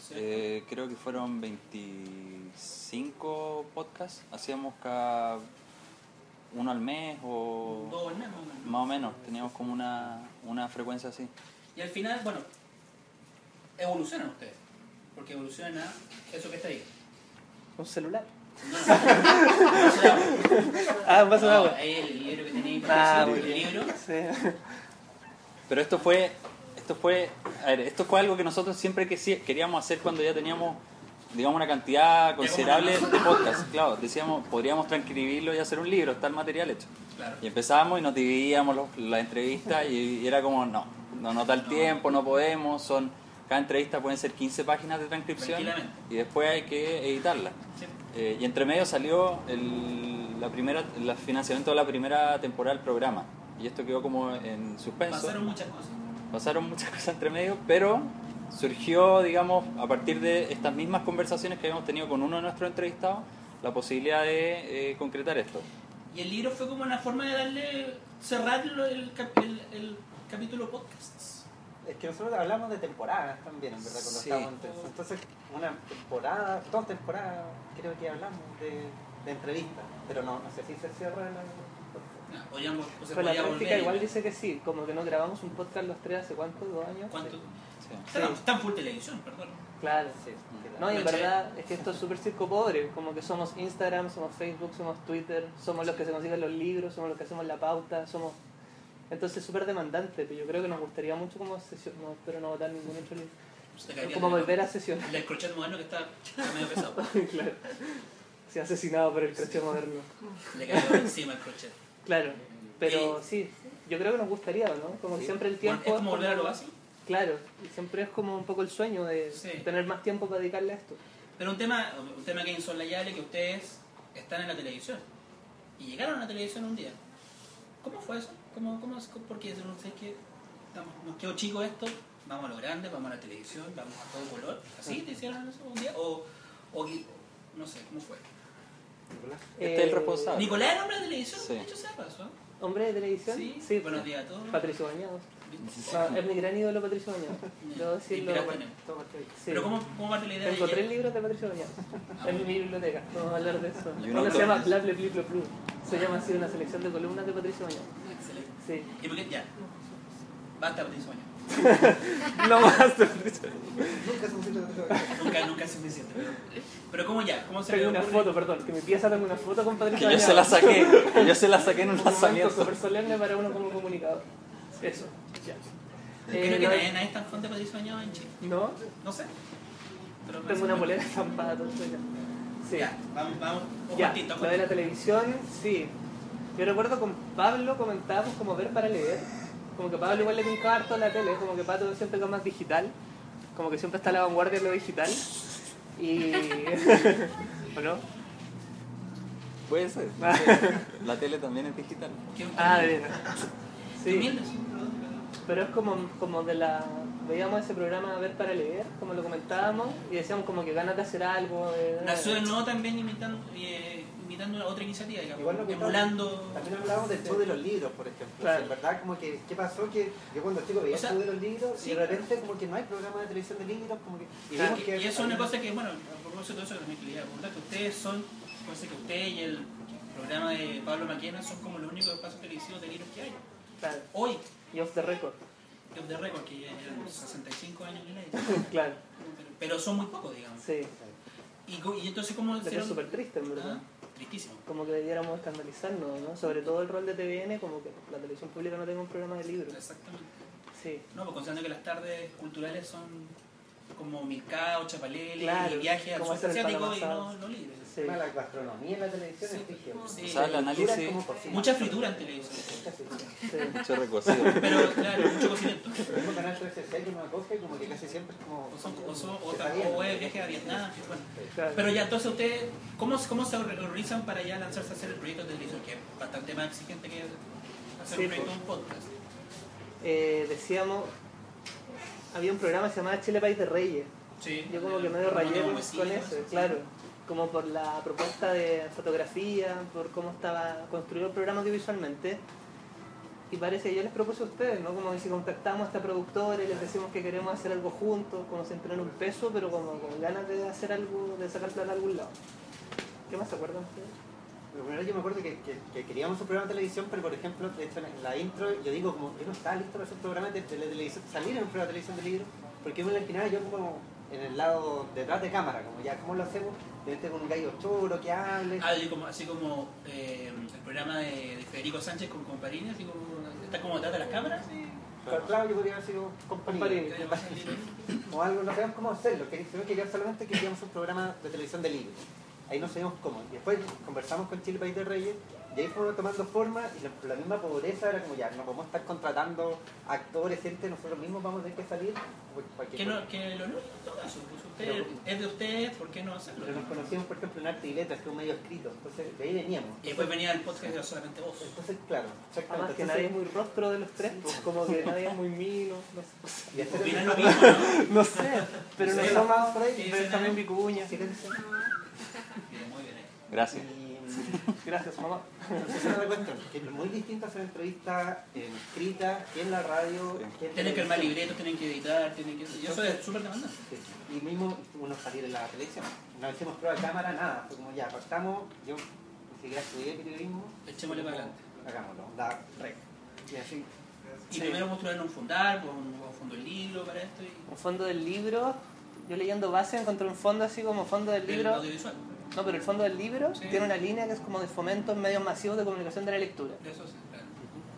Speaker 1: Sí.
Speaker 3: eh, creo que fueron 25 podcasts. Hacíamos cada uno al mes o...
Speaker 1: Dos al mes, más o menos.
Speaker 3: Más o menos, teníamos como una, una frecuencia así.
Speaker 1: Y al final, bueno, evolucionan ustedes. Porque evoluciona eso que está ahí.
Speaker 2: Un celular.
Speaker 1: No, eso de agua.
Speaker 2: Ah, un vaso de
Speaker 1: No,
Speaker 2: agua.
Speaker 1: ahí el libro que tenéis
Speaker 2: Ah,
Speaker 1: para
Speaker 2: muy
Speaker 1: el libro.
Speaker 2: Sí.
Speaker 3: Pero esto fue, esto fue, a ver, esto fue algo que nosotros siempre que sí- queríamos hacer cuando ya teníamos, digamos, una cantidad considerable de podcasts. Claro, decíamos, podríamos transcribirlo y hacer un libro, está el material hecho.
Speaker 1: Claro.
Speaker 3: Y empezábamos y nos dividíamos los- las entrevistas y, y era como, no, no nos da el tiempo, no podemos, son, cada entrevista pueden ser 15 páginas de transcripción
Speaker 1: Tranquilamente.
Speaker 3: y después hay que editarla.
Speaker 1: Sí.
Speaker 3: Eh, y entre medio salió el, la primera, el financiamiento de la primera temporada del programa. Y esto quedó como en suspenso.
Speaker 1: Pasaron muchas cosas.
Speaker 3: Pasaron muchas cosas entre medio, pero surgió, digamos, a partir de estas mismas conversaciones que habíamos tenido con uno de nuestros entrevistados, la posibilidad de eh, concretar esto.
Speaker 1: Y el libro fue como una forma de darle, cerrar lo- el, cap- el, el capítulo podcasts.
Speaker 5: Es que nosotros hablamos de temporadas también, en verdad, cuando
Speaker 3: Sí.
Speaker 5: estábamos en Televisa. Entonces, una temporada, dos temporadas, creo que hablamos de, de entrevistas. Pero no, no sé si se
Speaker 1: Mm.
Speaker 5: cierra la...
Speaker 1: No, podíamos- o sea,
Speaker 2: Con la
Speaker 1: podía
Speaker 2: práctica
Speaker 1: volver.
Speaker 2: igual dice que sí, como que no grabamos un podcast los tres hace cuánto, dos años.
Speaker 1: ¿Cuánto?
Speaker 2: Sí.
Speaker 3: Sí.
Speaker 1: Claro, está en full televisión, perdón.
Speaker 2: Claro.
Speaker 5: Sí, que la-
Speaker 2: No, y en
Speaker 1: Caché.
Speaker 2: verdad es que esto es súper circo pobre, como que somos Instagram, somos Facebook, somos Twitter, somos los que se consiguen los libros, somos los que hacemos la pauta, somos... Entonces es súper demandante, pero yo creo que nos gustaría mucho como sesión, no espero no votar ningún otro libro,
Speaker 1: Se te caería
Speaker 2: como
Speaker 1: el dedo.
Speaker 2: volver a sesionar, (laughs)
Speaker 1: El crochet moderno que está, está medio pesado.
Speaker 2: claro, se ha asesinado por el crochet moderno,
Speaker 1: Le cayó encima el crochet.
Speaker 2: claro, pero sí, yo creo que nos gustaría, ¿no? Como que
Speaker 5: Sí.
Speaker 2: siempre el
Speaker 1: Bueno,
Speaker 2: tiempo...
Speaker 1: es como volver a lo
Speaker 2: como-
Speaker 1: básico.
Speaker 2: Claro, y siempre es como un poco el sueño de
Speaker 1: Sí.
Speaker 2: tener más tiempo para dedicarle a esto.
Speaker 1: Pero un tema, un tema que es insolayable que ustedes están en la televisión. Y llegaron a la televisión un día. ¿Cómo fue eso? ¿Cómo, cómo, cómo- por qué? No sé qué. estamos- nos quedó chico esto, vamos a lo grande, vamos a la televisión, vamos a todo color. ¿Así te hicieron eso un día? O, o que- no sé, ¿cómo fue?
Speaker 5: Nicolás.
Speaker 3: Este es el responsable.
Speaker 1: Nicolás era hombre de televisión,
Speaker 3: Sí.
Speaker 1: de hecho sepa eso. ¿eh?
Speaker 2: Eh, ¿Hombre de televisión?
Speaker 1: Sí, buenos días a todos.
Speaker 2: Patricio Bañados.
Speaker 1: ¿Viste?
Speaker 2: No, es mi gran ídolo
Speaker 1: (laughs)
Speaker 2: Patricio Bañados. Debo decirlo.
Speaker 1: Inspiraste en él.
Speaker 5: Toma, estoy-
Speaker 2: Sí.
Speaker 1: Pero ¿cómo, Ah. cómo parte la idea
Speaker 2: Tengo tres
Speaker 1: de
Speaker 2: libros de Patricio Bañados en mi biblioteca. No vamos a hablar de eso.
Speaker 3: Y un
Speaker 2: Uno se
Speaker 3: autor.
Speaker 2: llama Bla Bla Bla Bla Blu. Se llama así una selección de columnas de Patricio Bañados.
Speaker 1: Excelente.
Speaker 3: (laughs)
Speaker 2: Sí.
Speaker 1: ¿Y por qué? Ya. Basta, Patricio Baño.
Speaker 2: No más de Patricio
Speaker 5: Nunca se me ocurrió.
Speaker 1: Nunca, nunca es suficiente. Pero, pero ¿cómo ya? ¿Cómo se le
Speaker 2: Tengo una
Speaker 1: ocurre?
Speaker 2: foto, perdón, que mi pieza tengo una foto con
Speaker 3: Que
Speaker 2: Patricio
Speaker 3: yo
Speaker 2: Bañados.
Speaker 3: se la saqué, que yo se la saqué en un
Speaker 2: Un momento
Speaker 3: lanzamiento.
Speaker 2: súper solemne para uno como comunicador. Eso. Ya.
Speaker 1: Creo
Speaker 2: Eh,
Speaker 1: que
Speaker 2: no-
Speaker 1: nadie, nadie es tan fan de Patricio Bañado en Chile.
Speaker 2: no,
Speaker 1: No sé. Pero
Speaker 2: tengo una bolera estampada todo esto ya. Sí.
Speaker 1: Ya, vamos, vamos. Ojo
Speaker 2: Ya,
Speaker 1: atento, ojo
Speaker 2: lo de la
Speaker 1: atento.
Speaker 2: televisión, sí. Yo recuerdo con Pablo comentábamos como ver para leer. Como que Pablo igual le pincaba harto la tele, como que Pato siempre que es más digital. Como que siempre está a la vanguardia en lo digital. Y... (laughs) ¿O no?
Speaker 3: Puede ser. La tele también es digital.
Speaker 1: Qué
Speaker 2: Ah, de veras.
Speaker 1: Qué
Speaker 2: Sí.
Speaker 1: humildes.
Speaker 2: Pero es como, como de la... Veíamos ese programa Ver para Leer, como lo comentábamos, y decíamos como que ganas de hacer algo. de-
Speaker 1: Nació de nuevo también imitando, eh, imitando a otra iniciativa, digamos,
Speaker 5: Igual lo que
Speaker 1: emulando.
Speaker 5: También hablábamos del show de los libros, por ejemplo.
Speaker 2: Claro.
Speaker 5: O sea, en verdad, como que, ¿qué pasó? Que yo cuando chico veía
Speaker 1: O sea,
Speaker 5: el show de los libros
Speaker 1: sí.
Speaker 5: y de repente como que no hay programa de televisión de libros, como que... Y,
Speaker 2: Claro,
Speaker 5: vimos
Speaker 1: Y eso es una
Speaker 5: había-
Speaker 1: cosa que, bueno, a propósito de eso también quería preguntar, que ustedes son, parece que ustedes y el programa de Pablo Maquena son como los únicos espacios televisivos de libros que hay.
Speaker 2: Claro.
Speaker 1: Hoy,
Speaker 2: Y off the record.
Speaker 1: Dios de récord, que ya llevan 65 años en el aire.
Speaker 2: claro,
Speaker 1: Pero son muy pocos, digamos.
Speaker 2: sí.
Speaker 1: Y, co- y entonces, ¿cómo
Speaker 2: Lo que es
Speaker 1: hicieron?
Speaker 2: súper triste, en verdad.
Speaker 1: Ah, Tristísimo.
Speaker 2: como que debiéramos escandalizarnos, ¿no? Sobre todo el rol de TVN, como que la televisión pública no tenga un programa de libros.
Speaker 1: Exactamente.
Speaker 2: Sí,
Speaker 1: No, pues considerando que las tardes culturales son como Milcao, Chapalele,
Speaker 2: Claro,
Speaker 1: y viajes al
Speaker 2: como
Speaker 1: sudeste
Speaker 2: hacer el
Speaker 1: asiático y
Speaker 2: Panamá
Speaker 1: no, no libres.
Speaker 2: sí.
Speaker 5: tema de la gastronomía en la televisión
Speaker 1: Sí.
Speaker 5: es difícil.
Speaker 1: Sí.
Speaker 3: O sea, el análisis,
Speaker 5: Como cocina.
Speaker 1: Mucha fritura en televisión. (laughs)
Speaker 2: sí.
Speaker 3: mucho recocido.
Speaker 1: Pero claro, mucho cocimiento.
Speaker 5: El mismo canal 13C que una cosa y como que casi siempre es como...
Speaker 1: O son, o son, o
Speaker 5: Está
Speaker 1: tampoco
Speaker 5: bien.
Speaker 1: es viaje a Vietnam. que bueno.
Speaker 2: Claro.
Speaker 1: Pero ya, entonces ustedes, ¿cómo, ¿cómo se organizan para ya lanzarse a hacer el proyecto de televisión? Que es bastante más exigente que hacer
Speaker 2: Sí,
Speaker 1: un proyecto
Speaker 2: pues.
Speaker 1: de un podcast.
Speaker 2: Eh, decíamos, había un programa que se llamaba Chile País de Reyes.
Speaker 1: Sí.
Speaker 2: Yo como que medio rayé con, con eso, claro. Como por la propuesta de fotografía, por cómo estaba construido el programa audiovisualmente. Y parece que yo les propuse a ustedes, ¿no? Como que si contactamos a esta productora y les decimos que queremos hacer algo juntos, como sin tener un peso, pero como con ganas de hacer algo, de sacar plata a algún lado. ¿Qué más se acuerdan ustedes?
Speaker 5: Pero primero yo me acuerdo que, que- que queríamos un programa de televisión, pero por ejemplo, de hecho en la intro yo digo como, yo no estaba listo para hacer un programa de, de- de televisión, salir en un programa de televisión de libro, porque yo me lo imaginaba yo como en el lado detrás de cámara, como ya, ¿cómo lo hacemos? De repente con un gallo choro que hable.
Speaker 1: Ah, y como, así como eh, el programa de, de Federico Sánchez con Comparini, así como está como detrás de las cámaras.
Speaker 5: Claro, claro, yo podría haber sido compañero.
Speaker 2: Compañero.
Speaker 1: Que va a salir-
Speaker 5: o algo, no sabíamos cómo hacerlo. que- Sino que ya solamente queríamos un programa de televisión de libro. Ahí no sabíamos cómo. Y después conversamos con Chile País de Reyes y ahí fueron tomando forma y la, la misma pobreza era como ya, no podemos estar contratando actores, gente, nosotros mismos vamos a tener que salir. pues, para que-
Speaker 1: Que, no, que lo nuevo en todo caso, pues usted, es de ustedes, ¿por qué no hacerlo?
Speaker 5: Pero nos conocimos, por ejemplo, en Arte y Letras, que es un medio escrito. Entonces, de ahí veníamos.
Speaker 1: Y después venía el podcast de solamente vos.
Speaker 5: Entonces, claro,
Speaker 2: Además
Speaker 5: exactamente.
Speaker 2: Ah, que nadie es
Speaker 5: Entonces,
Speaker 2: muy rostro de los tres, pues, como que nadie es muy mino, no sé.
Speaker 5: y hacer-
Speaker 1: Opinan lo mismo, ¿no?
Speaker 2: No sé, (laughs) pero no
Speaker 1: Sí.
Speaker 2: somos más por ahí,
Speaker 1: Sí,
Speaker 2: pero
Speaker 1: sí,
Speaker 2: también
Speaker 1: no.
Speaker 2: Vicuña.
Speaker 5: Silencio.
Speaker 1: Bien, Muy bien. eh. ahí.
Speaker 3: Gracias.
Speaker 5: Y-
Speaker 2: Gracias, mamá.
Speaker 5: Entonces, esa es la cuestión, que es muy distinto hacer entrevistas en escrita, que en la radio,
Speaker 3: Sí.
Speaker 5: que en
Speaker 1: Tienen que armar
Speaker 5: televisión.
Speaker 1: libretos, tienen que editar, tienen que... Y eso es súper demandante.
Speaker 5: Sí. Y mismo uno salir en la televisión. No hicimos prueba de cámara, nada. Fue como ya, partamos, yo ni siquiera estudié periodismo.
Speaker 1: Echémosle para adelante.
Speaker 5: Hagámoslo, da rec. Y así.
Speaker 1: Y primero postularon un fundar, pues, un, un fondo del libro para esto y
Speaker 2: Un fondo del libro, yo leyendo base encontré un fondo así como fondo del
Speaker 1: el
Speaker 2: libro.
Speaker 1: audiovisual.
Speaker 2: No, pero el fondo del libro
Speaker 1: Sí.
Speaker 2: tiene una línea que es como de fomento en medios masivos de comunicación de la lectura.
Speaker 1: De eso se trata.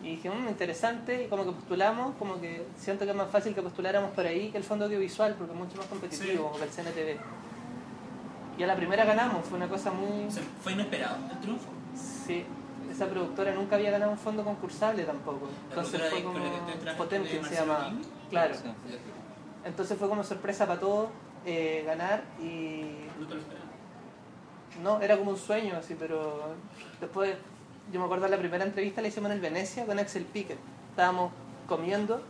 Speaker 2: Y dije, "Mm, interesante, y como que postulamos, como que siento que es más fácil que postuláramos por ahí que el fondo audiovisual, porque es mucho más
Speaker 1: Sí.
Speaker 2: competitivo, como que el CNTV. Y a la primera ganamos, fue una cosa muy...
Speaker 1: Se- Fue inesperado el triunfo.
Speaker 2: Sí, esa productora nunca había ganado un fondo concursable tampoco. Entonces
Speaker 1: productora
Speaker 2: fue
Speaker 1: de- con la que estoy
Speaker 2: como
Speaker 1: trabajando,
Speaker 2: Potemkin
Speaker 1: de
Speaker 2: se
Speaker 1: Marcelo
Speaker 2: llama.
Speaker 1: King.
Speaker 2: Claro.
Speaker 3: Sí.
Speaker 2: Entonces fue como sorpresa para todos eh, ganar y
Speaker 1: No te lo esperaba.
Speaker 2: no, era como un sueño así, pero después, yo me acuerdo la primera entrevista la hicimos en el Venecia con Axel Piquet. Estábamos comiendo,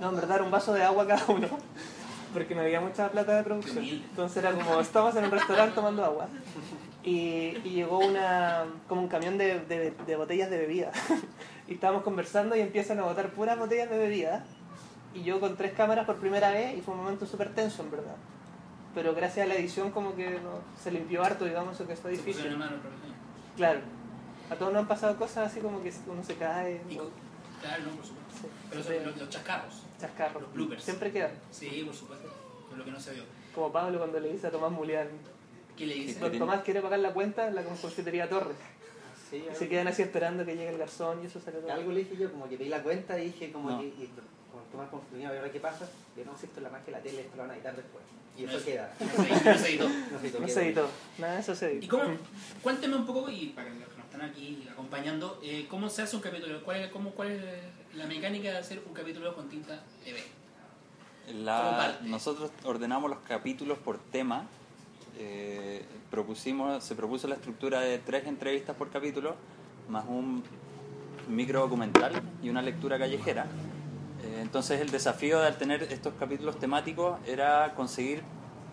Speaker 2: no, en verdad era un vaso de agua cada uno, (laughs) porque no había mucha plata de producción.
Speaker 1: Qué humilde.
Speaker 2: Entonces era como, estábamos en un restaurante tomando agua. Y, y llegó una, como un camión de, de- de botellas de bebida. Y estábamos conversando y empiezan a botar puras botellas de bebida. Y yo con tres cámaras por primera vez y fue un momento súper tenso, en verdad pero gracias a la edición como que no- se limpió harto, digamos, eso que fue
Speaker 1: Se pusieron en
Speaker 2: difícil.
Speaker 1: mano el profesional.
Speaker 2: Claro. A todos nos han pasado cosas así como que uno se cae,
Speaker 1: Y co- Claro, no, por supuesto.
Speaker 2: Sí.
Speaker 1: Pero son los, los chascarros.
Speaker 2: chascarros.
Speaker 1: Los bloopers.
Speaker 2: Siempre quedan.
Speaker 1: Sí, por supuesto. Por lo que no se vio.
Speaker 2: Como Pablo cuando le dice a Tomás Mulián,
Speaker 1: ¿Qué le
Speaker 3: Sí,
Speaker 1: dice?
Speaker 3: pero-
Speaker 2: don Tomás quiere pagar la cuenta en la confitería Torres.
Speaker 5: Sí,
Speaker 2: Y
Speaker 5: algo-
Speaker 2: se quedan así esperando que llegue el garzón y eso sale todo.
Speaker 5: Algo le dije yo, como que pedí la cuenta y dije, como
Speaker 3: No.
Speaker 5: que, y, como tomar construido, a ver qué pasa. Y no, si esto es la magia de la tele, esto lo van a editar después. Y eso
Speaker 1: No,
Speaker 5: queda.
Speaker 1: No se- no se editó.
Speaker 2: (laughs)
Speaker 5: No sé,
Speaker 2: No se editó. Nada de eso se editó.
Speaker 1: ¿Y cómo? Cuénteme un poco, y para los que nos están aquí acompañando, eh, ¿cómo se hace un capítulo? ¿Cuál es, cómo, ¿Cuál es la mecánica de hacer un capítulo con tinta EB?
Speaker 3: La-
Speaker 1: Como parte.
Speaker 3: nosotros ordenamos los capítulos por tema. eh, propusimos, se propuso la estructura de tres entrevistas por capítulo, más un micro documental y una lectura callejera. Eh, entonces el desafío de al tener estos capítulos temáticos era conseguir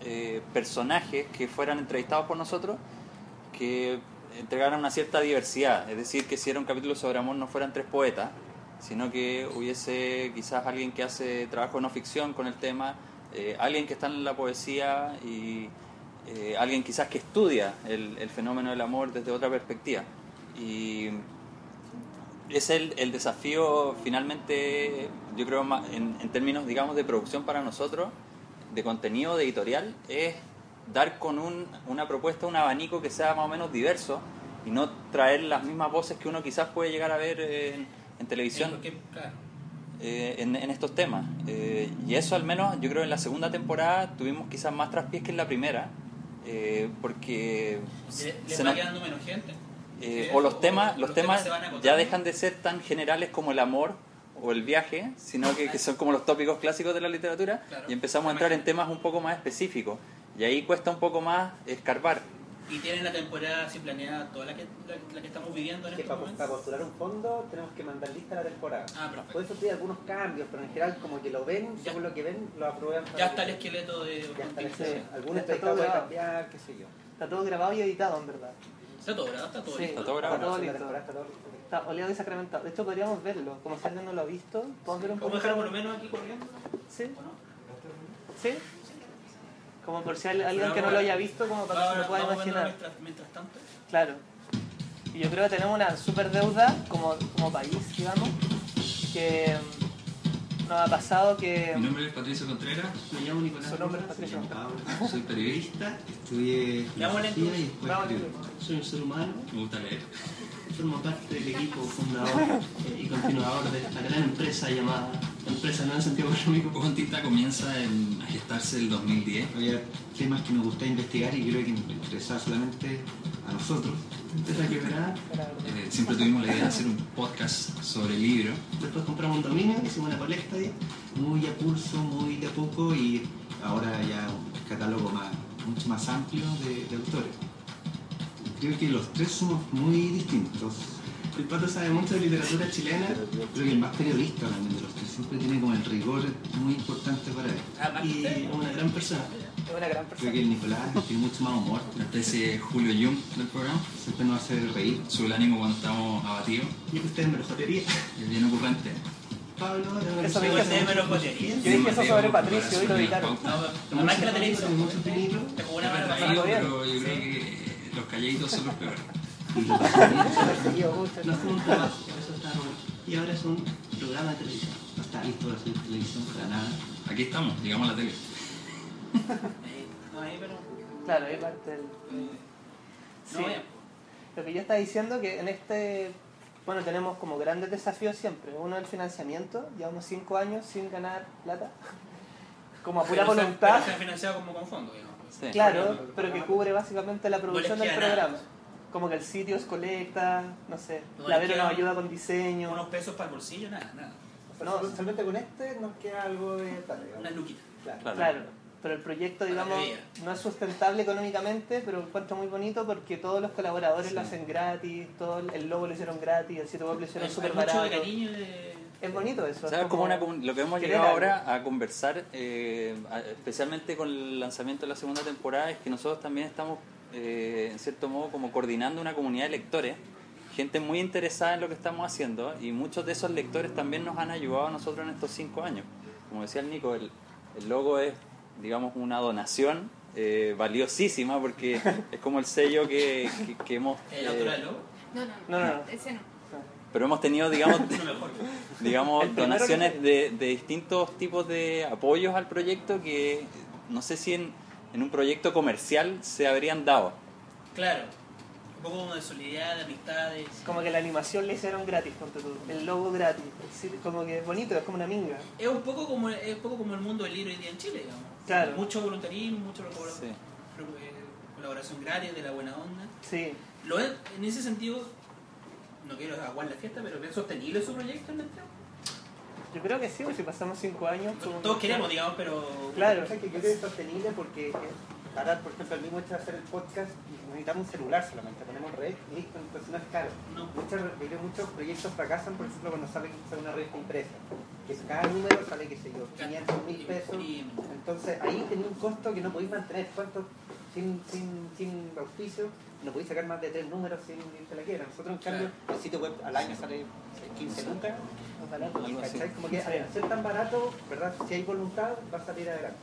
Speaker 3: eh, personajes que fueran entrevistados por nosotros que entregaran una cierta diversidad, es decir, que si era un capítulo sobre amor no fueran tres poetas, sino que hubiese quizás alguien que hace trabajo no ficción con el tema, eh, alguien que está en la poesía y eh, alguien quizás que estudia el, el fenómeno del amor desde otra perspectiva. Y es el, el desafío finalmente, yo creo, ma- en, en términos, digamos, de producción para nosotros, de contenido, de editorial, es dar con un- una propuesta, un abanico que sea más o menos diverso y no traer las mismas voces que uno quizás puede llegar a ver en, en televisión
Speaker 1: Eh, porque, claro,
Speaker 3: eh, en, en estos temas. Eh, y eso al menos yo creo en la segunda temporada tuvimos quizás más traspiés que en la primera, eh, porque
Speaker 1: le-
Speaker 3: se
Speaker 1: ¿Les
Speaker 3: nos-
Speaker 1: va quedando menos gente?
Speaker 3: eh,
Speaker 1: Sí,
Speaker 3: o los temas,
Speaker 1: o
Speaker 3: los temas,
Speaker 1: se van agotando.
Speaker 3: ya dejan de ser tan generales como el amor o el viaje, sino que, que son como los tópicos clásicos de la literatura
Speaker 1: Claro.
Speaker 3: y empezamos a entrar en temas un poco más específicos. Y ahí cuesta un poco más escarbar.
Speaker 1: Y tienen la temporada así planeada, toda la que, la, la que estamos viviendo en
Speaker 5: que
Speaker 1: este
Speaker 5: para, para
Speaker 1: momento.
Speaker 5: postular un fondo tenemos que mandar lista la temporada.
Speaker 1: Ah, perfecto.
Speaker 5: Pueden surgir algunos cambios, pero en general como que lo ven,
Speaker 1: Ya.
Speaker 5: según lo que ven, lo aprueban. para
Speaker 1: Ya
Speaker 5: que-
Speaker 1: está el esqueleto de
Speaker 5: Ya está el
Speaker 1: Contigo.
Speaker 5: esqueleto.
Speaker 2: Sí.
Speaker 5: Algún
Speaker 2: Ya está
Speaker 5: espectador
Speaker 2: todo
Speaker 5: puede
Speaker 2: grabado.
Speaker 5: cambiar, qué sé yo.
Speaker 2: Está todo grabado y editado, en verdad.
Speaker 1: Está todo, ¿verdad? Está todo.
Speaker 2: Sí.
Speaker 1: listo.
Speaker 3: Está todo grabado.
Speaker 5: Para la segunda
Speaker 2: listo.
Speaker 5: temporada está todo listo.
Speaker 2: Está oleado y sacramentado. De hecho, podríamos verlo. Como si alguien no lo ha visto, podemos ver un
Speaker 1: ¿Cómo
Speaker 2: poco.
Speaker 1: dejar por lo menos aquí corriendo?
Speaker 2: ¿Sí?
Speaker 1: ¿O no?
Speaker 2: ¿Sí? Como por si al- alguien que no lo haya visto, como para que se lo pueda
Speaker 1: vamos viendo
Speaker 2: imaginar.
Speaker 1: Mientras, mientras tanto,
Speaker 2: Claro. Y yo creo que tenemos una super deuda como, como país, digamos, que mm, nos ha pasado que...
Speaker 6: Mi nombre es Patricio Contreras,
Speaker 5: Me llamo Nicolás.
Speaker 2: Su nombre es
Speaker 5: Rojas,
Speaker 2: Patricio.
Speaker 5: encantado.
Speaker 6: soy periodista, estudié
Speaker 1: Dámosle
Speaker 6: filosofía y
Speaker 1: tú.
Speaker 6: después
Speaker 2: Dámosle
Speaker 6: escribo.
Speaker 2: tú.
Speaker 5: Soy un ser humano,
Speaker 6: Me gusta leer.
Speaker 5: formo parte del equipo fundador eh, y continuador de esta gran empresa llamada Empresa No en Sentido (laughs) Económico.
Speaker 6: Contista comienza en- a gestarse el 2010.
Speaker 7: Había temas que nos gustaba investigar y creo que nos interesaba solamente a nosotros.
Speaker 5: Empresa quebrada.
Speaker 6: Eh, siempre tuvimos la idea de hacer un podcast sobre el libro.
Speaker 5: Después compramos un dominio, hicimos una colecta y
Speaker 7: Muy a pulso, muy de a poco y ahora ya un catálogo más, mucho más amplio de, de autores. Creo que los tres somos muy distintos.
Speaker 5: el pato sabe mucho de literatura chilena.
Speaker 7: Creo que el más periodista también de los tres siempre tiene como el rigor muy importante para él.
Speaker 2: Ah,
Speaker 1: Además,
Speaker 5: y es una gran persona.
Speaker 2: Es una gran
Speaker 7: Creo
Speaker 2: persona.
Speaker 7: que el Nicolás tiene mucho más humor,
Speaker 6: Una especie de Julio Jung del programa.
Speaker 7: siempre nos hace reír.
Speaker 6: Sube el ánimo cuando estamos abatidos.
Speaker 5: Yo que ustedes me lo jodería.
Speaker 6: Es bien ocurrente.
Speaker 5: Pablo es una
Speaker 2: Eso
Speaker 5: persona
Speaker 2: me
Speaker 5: que
Speaker 2: dijo
Speaker 5: hace
Speaker 1: ustedes me lo
Speaker 5: mucho-
Speaker 1: jodería.
Speaker 2: Yo dije eso
Speaker 6: Mateo,
Speaker 2: sobre Patricio y lo
Speaker 6: comparación,
Speaker 2: evitaron.
Speaker 6: pauta.
Speaker 1: no, además que la televisión
Speaker 5: mucho peligro.
Speaker 1: te jugó una
Speaker 6: Está
Speaker 1: mala pasada.
Speaker 6: retraído,
Speaker 2: bien.
Speaker 6: pero yo creo que eh, los calladitos son los peores.
Speaker 2: (laughs)
Speaker 5: No es como un trabajo, eso está bueno. Y ahora es un programa de televisión.
Speaker 7: No está listo para hacer televisión para nada.
Speaker 6: Aquí estamos, digamos la tele.
Speaker 1: Eh, No, ahí, pero.
Speaker 2: Claro, ahí parte del...
Speaker 1: eh,
Speaker 2: Sí.
Speaker 1: No, vean.
Speaker 2: Lo que yo estaba diciendo que en este, bueno, tenemos como grandes desafíos siempre. Uno el financiamiento, llevamos cinco años sin ganar plata, (laughs) como a pura
Speaker 1: Pero se-
Speaker 2: voluntad,
Speaker 1: pero Se ha financiado como con fondo, digamos.
Speaker 3: Sí.
Speaker 2: claro, pero que cubre básicamente la producción
Speaker 1: les queda
Speaker 2: del
Speaker 1: nada.
Speaker 2: programa. Como que el sitio es colecta, no sé,
Speaker 1: No
Speaker 2: la
Speaker 1: les
Speaker 2: Vero
Speaker 1: queda-
Speaker 2: nos ayuda con diseño,
Speaker 1: Unos pesos para el bolsillo, nada, nada.
Speaker 2: No,
Speaker 5: No, solamente con este nos queda algo de plata, digamos.
Speaker 1: Una luquita.
Speaker 5: Claro.
Speaker 3: Claro.
Speaker 2: claro. Pero el proyecto, digamos,
Speaker 1: Maravilla.
Speaker 2: no es sustentable económicamente, pero lo encuentro muy bonito porque todos los colaboradores lo hacen gratis, todo el- el logo lo hicieron gratis, el sitio web lo
Speaker 1: Hay,
Speaker 2: hicieron
Speaker 1: hay
Speaker 2: súper
Speaker 1: mucho
Speaker 2: barato.
Speaker 1: de cariño y de.
Speaker 2: Es bonito eso. es
Speaker 3: ¿Sabes? Como una, comun- lo que hemos llegado
Speaker 2: generar algo.
Speaker 3: ahora a conversar, eh, a- especialmente con el lanzamiento de la segunda temporada, es que nosotros también estamos, eh, en cierto modo, como coordinando una comunidad de lectores, gente muy interesada en lo que estamos haciendo, y muchos de esos lectores también nos han ayudado a nosotros en estos cinco años. Como decía el Nico, el, el logo es, digamos, una donación eh, valiosísima,
Speaker 2: (laughs)
Speaker 3: porque es como el sello que, que- que hemos...
Speaker 1: El
Speaker 3: eh,
Speaker 1: autor del lobo.
Speaker 4: No, no,
Speaker 2: No, no, no.
Speaker 4: Ese no.
Speaker 3: pero hemos tenido,
Speaker 2: (laughs)
Speaker 3: digamos,
Speaker 1: Es lo mejor.
Speaker 2: El
Speaker 3: (laughs) digamos,
Speaker 2: primero
Speaker 3: donaciones de, de distintos tipos de apoyos al proyecto que no sé si en, en un proyecto comercial se habrían dado.
Speaker 1: Claro. Un poco como de solidaridad, de amistades.
Speaker 2: Como que la animación le hicieron gratis, ponte tú, el logo gratis. Sí, Como que es bonito, es como una minga.
Speaker 1: Es un poco como es un poco como el mundo del libro hoy día en Chile, digamos.
Speaker 2: Claro.
Speaker 1: Mucho voluntarismo, mucho colabor-
Speaker 3: Sí.
Speaker 1: pro- eh, colaboración gratis de la buena onda.
Speaker 2: Sí,
Speaker 1: Lo es, en ese sentido, no quiero aguar la fiesta, pero es sostenible su proyecto en el tiempo.
Speaker 2: yo creo que sí, porque si pasamos cinco años. como-
Speaker 1: Todos queremos, digamos, pero.
Speaker 2: Claro.
Speaker 5: Lo que pasa es que yo creo que es sostenible porque eh, para, por ejemplo, el mismo hecho de hacer el podcast, necesitamos un celular solamente, ponemos red y listo, entonces no es caro.
Speaker 1: No.
Speaker 5: Muchas, yo creo que muchos proyectos fracasan, por ejemplo, cuando sale que sale una revista impresa, que cada número sale, qué sé yo, 500 mil pesos.
Speaker 1: Y-
Speaker 5: Entonces ahí tenía un costo que no podéis mantener, ¿cuánto? Sin, sin, sin auspicio, no podéis sacar más de tres números sin irte la quiera. Nosotros, en cambio, el sitio web al año sale 15 lucas.
Speaker 2: más barato.
Speaker 3: Algo así.
Speaker 5: ¿Cachai? Como que al ser tan barato, ¿verdad? Si hay voluntad, va a salir adelante.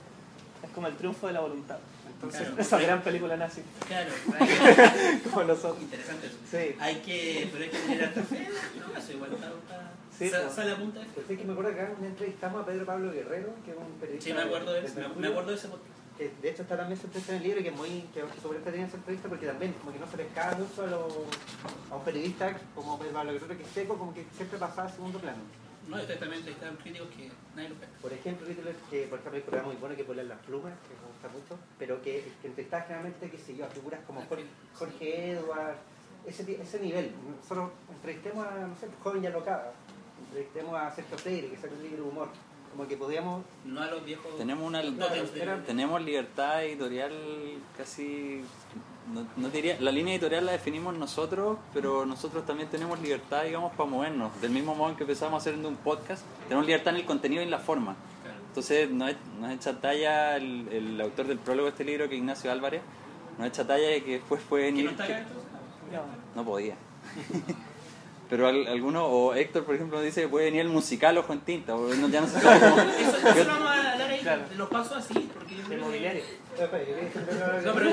Speaker 2: Es como el triunfo de la voluntad.
Speaker 5: Entonces,
Speaker 1: Claro.
Speaker 2: Esa gran película nazi, (laughs)
Speaker 1: Claro, hay-
Speaker 2: como nosotros.
Speaker 1: interesante eso.
Speaker 2: Sí,
Speaker 1: Hay que. Pero hay que tener harta fe. No, eso igual está. está
Speaker 2: Sí,
Speaker 1: sa-
Speaker 2: pues.
Speaker 1: sale a punta de fe.
Speaker 5: pues es que me acuerdo que acá entrevistamos a Pedro Pablo Guerrero, que es un periodista.
Speaker 1: Sí, me acuerdo de
Speaker 5: del
Speaker 1: eso. Me, me
Speaker 5: Mercurio,
Speaker 1: acuerdo de ese podcast.
Speaker 5: Que de hecho está también sorpresa en el libro, que es muy que es súper entretenida esa entrevista, porque también como que no se les cae mucho a, los, a un periodista como Pedro Pablo Guerrero, que es seco, como que siempre pasaba a segundo plano.
Speaker 1: No, ustedes también están críticos que nadie los pesca.
Speaker 5: Por ejemplo, Hitler, que por ejemplo hay programas muy buenos que ponen las plumas, que me gusta mucho, pero que, que entrevistas generalmente, qué sé yo, a figuras como Jorge, Jorge Edward, ese, ti- ese nivel. Nosotros entrevistemos a, no sé, joven y alocada, entrevistemos a Sergio Freire, que sacó un libro de humor, como que podíamos (laughs)
Speaker 1: No a los viejos.
Speaker 3: Tenemos una
Speaker 1: No, te-
Speaker 5: Claro,
Speaker 3: tenemos libertad editorial casi no, no te diría, la línea editorial la definimos nosotros, pero nosotros también tenemos libertad, digamos, para movernos. Del mismo modo en que empezamos haciendo un podcast, tenemos libertad en el contenido y en la forma.
Speaker 1: claro.
Speaker 3: Entonces nos, e- nos echa talla el, el autor del prólogo de este libro, que es Ignacio Álvarez, nos echa talla de que después fue
Speaker 1: ¿Que
Speaker 3: venir-
Speaker 1: no está acá
Speaker 3: que-
Speaker 1: entonces?
Speaker 2: no.
Speaker 3: no podía. (laughs) Pero al- alguno, o Héctor por ejemplo, dice que puede venir el musical Ojo en Tinta, porque no- ya no se sabe cómo-
Speaker 1: Eso, eso lo vamos a hablar ahí ahí,
Speaker 2: Claro.
Speaker 1: los paso así, porque yo
Speaker 2: de
Speaker 1: creo que...
Speaker 2: mobiliario.
Speaker 5: Espera, yo quería decirte otra cosa.
Speaker 1: No, pero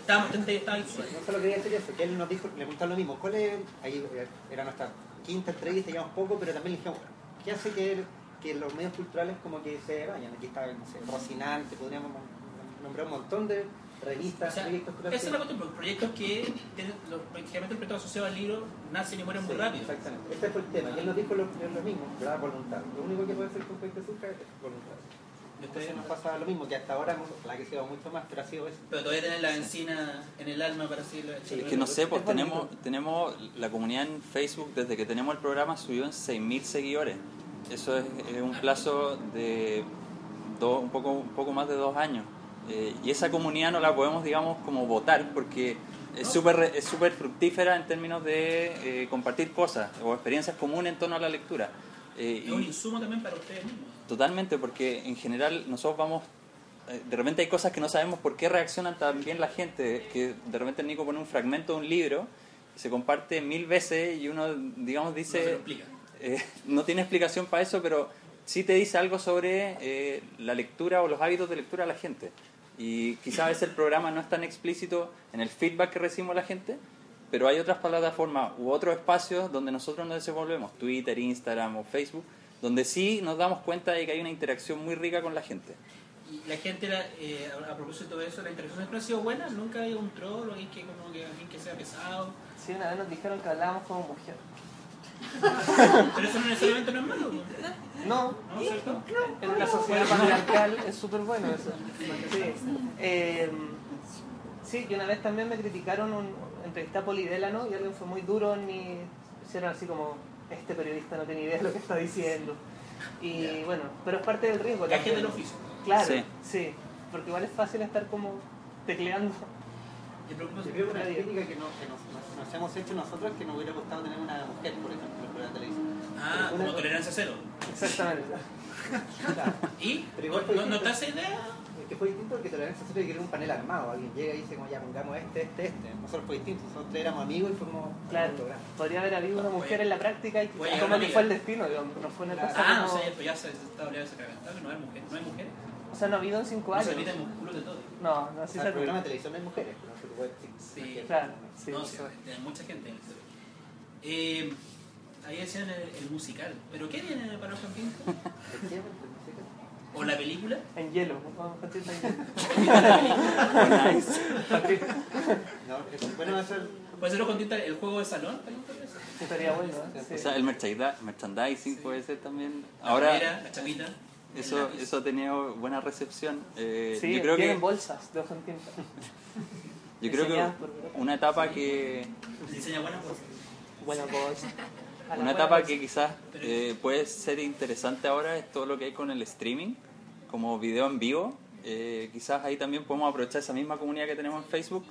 Speaker 1: estábamos bastante estaba ahí suelto.
Speaker 5: No solo quería decir eso, que él nos dijo, le preguntaron lo mismo, ¿cuál es? Ahí eh, era nuestra quinta entrevista, llevamos poco, pero también le dijimos, bueno, ¿qué hace que, que los medios culturales como que se vayan? Aquí está, no sé, Rocinante, podríamos nom- nombrar un montón de revistas,
Speaker 1: O sea,
Speaker 5: proyectos
Speaker 1: esa es la cuestión, porque proyectos que tienen, los, prácticamente el proyecto asociado al libro nacen y mueren muy
Speaker 5: Sí,
Speaker 1: rápido.
Speaker 5: Exactamente. Este fue el tema. Y él nos dijo lo, lo mismo, ¿verdad? Voluntario. Lo único que puede hacer con Fuente Azúcar es voluntario. Entonces nos pasa lo mismo, que hasta ahora, hemos- la que se va mucho más, pero ha sido eso.
Speaker 1: Pero todavía tienen la encina en el alma para decirlo.
Speaker 5: Sí,
Speaker 3: Es que no sé, pues
Speaker 5: Es bonito.
Speaker 3: tenemos, tenemos la comunidad en Facebook, desde que tenemos el programa subió en 6.000 seguidores. Eso es, eh, un plazo de dos- un, poco, un poco más de dos años. Eh, y esa comunidad no la podemos, digamos, como votar porque es súper re- es súper fructífera en términos de eh, compartir cosas o experiencias comunes en torno a la lectura. Eh,
Speaker 1: Es un
Speaker 3: y-
Speaker 1: insumo también para ustedes mismos.
Speaker 3: Totalmente, porque en general nosotros vamos. eh, De repente hay cosas que no sabemos por qué reaccionan tan bien la gente. Que de repente Nico pone un fragmento de un libro, se comparte mil veces y uno, digamos,
Speaker 1: No se lo
Speaker 3: dice.
Speaker 1: explica.
Speaker 3: eh, no tiene explicación para eso, pero sí te dice algo sobre eh, la lectura o los hábitos de lectura de la gente. Y quizás a veces el programa no es tan explícito en el feedback que recibimos la gente, pero hay otras plataformas u otros espacios donde nosotros nos desenvolvemos, Twitter, Instagram o Facebook, donde sí nos damos cuenta de que hay una interacción muy rica con la gente.
Speaker 1: Y la gente, la- eh, a, a propósito de eso, la interacción siempre ha sido buena. Nunca hay un troll o alguien que, como que, alguien que sea pesado.
Speaker 2: Sí, una vez nos dijeron que hablábamos como mujer.
Speaker 1: Pero eso no necesariamente no es malo. ¿no?
Speaker 2: No,
Speaker 1: ¿No? ¿Cierto?
Speaker 2: en una sociedad patriarcal es súper bueno eso. Sí. Eh, sí, y una vez también me criticaron un entrevista a Polidélano y alguien fue muy duro y hicieron así como, este periodista no tiene idea de lo que está diciendo. Y bueno, pero es parte del riesgo.
Speaker 1: La gente
Speaker 2: también.
Speaker 1: del oficio.
Speaker 2: Claro,
Speaker 3: Sí.
Speaker 2: sí. Porque igual es fácil estar como tecleando.
Speaker 1: Y a propósito-
Speaker 5: Yo creo que una crítica que, no, que nos, nos- nos hemos hecho nosotros que nos hubiera gustado tener una mujer, por ejemplo, por la
Speaker 1: (laughs)
Speaker 5: televisión.
Speaker 1: Ah, como
Speaker 5: Una-
Speaker 1: tolerancia cero.
Speaker 2: Exactamente.
Speaker 5: Claro.
Speaker 1: ¿Y?
Speaker 5: Pero
Speaker 1: ¿No,
Speaker 5: igual fue
Speaker 1: no, no te
Speaker 5: distinto.
Speaker 1: hace idea?
Speaker 5: Es Eh, que fue distinto porque tolerancia cero y que era un panel armado. Alguien llega y dice, como ya pongamos este, este, este. Nosotros fue distinto. Nosotros tres éramos amigos y fuimos a un
Speaker 2: Claro.
Speaker 5: programa.
Speaker 2: Podría haber habido una mujer en la práctica y
Speaker 1: Voy a
Speaker 2: como
Speaker 1: llegar
Speaker 2: que
Speaker 1: a
Speaker 2: fue el
Speaker 1: ligar.
Speaker 2: destino, digamos. No fue una cosa
Speaker 1: Ah,
Speaker 2: como-
Speaker 1: o sea, ya- pues ya se está obligado a sacar ventaja, no hay mujeres. No hay mujeres.
Speaker 2: O sea, no ha habido en cinco
Speaker 1: No
Speaker 2: años.
Speaker 1: se olviden los culos de todo.
Speaker 2: No, no
Speaker 5: O
Speaker 2: sí
Speaker 5: sea,
Speaker 2: se
Speaker 5: el programa
Speaker 2: acuerda.
Speaker 5: de televisión no hay mujeres, pero no se puede decir.
Speaker 1: Sí.
Speaker 2: Claro, sí,
Speaker 1: no, sí,
Speaker 2: eso es.
Speaker 1: hay mucha gente en el CB. Eh, ahí decían el, el musical. ¿Pero qué viene para los Pinto?
Speaker 5: ¿Por qué? Porque no sé qué.
Speaker 1: ¿O la película?
Speaker 2: En hielo. Vamos a
Speaker 3: (laughs)
Speaker 2: partir de hielo.
Speaker 5: No, es bueno hacer
Speaker 1: Puede ser lo contenta el juego de salón. ¿Alguien puede hacer?
Speaker 2: Estaría bueno, ¿eh? Sí.
Speaker 3: O sea, el merchandising, merchandising puede ser también.
Speaker 1: La
Speaker 3: Ahora,
Speaker 1: remera, la chamita. el
Speaker 3: eso,
Speaker 1: lápiz.
Speaker 3: eso ha tenido buena recepción. Eh,
Speaker 2: Sí,
Speaker 3: yo creo
Speaker 2: tienen
Speaker 3: que,
Speaker 2: bolsas de hoja en tinta.
Speaker 3: yo creo
Speaker 2: diseñadas
Speaker 3: que
Speaker 2: por-
Speaker 3: una etapa que
Speaker 1: Diseña pues, buenas cosas.
Speaker 2: Buena bolsa. A la
Speaker 3: Una
Speaker 2: buena
Speaker 3: etapa
Speaker 2: bolsa.
Speaker 3: que quizás eh, puede ser interesante ahora es todo lo que hay con el streaming, como video en vivo. Eh, quizás ahí también podemos aprovechar esa misma comunidad que tenemos en Facebook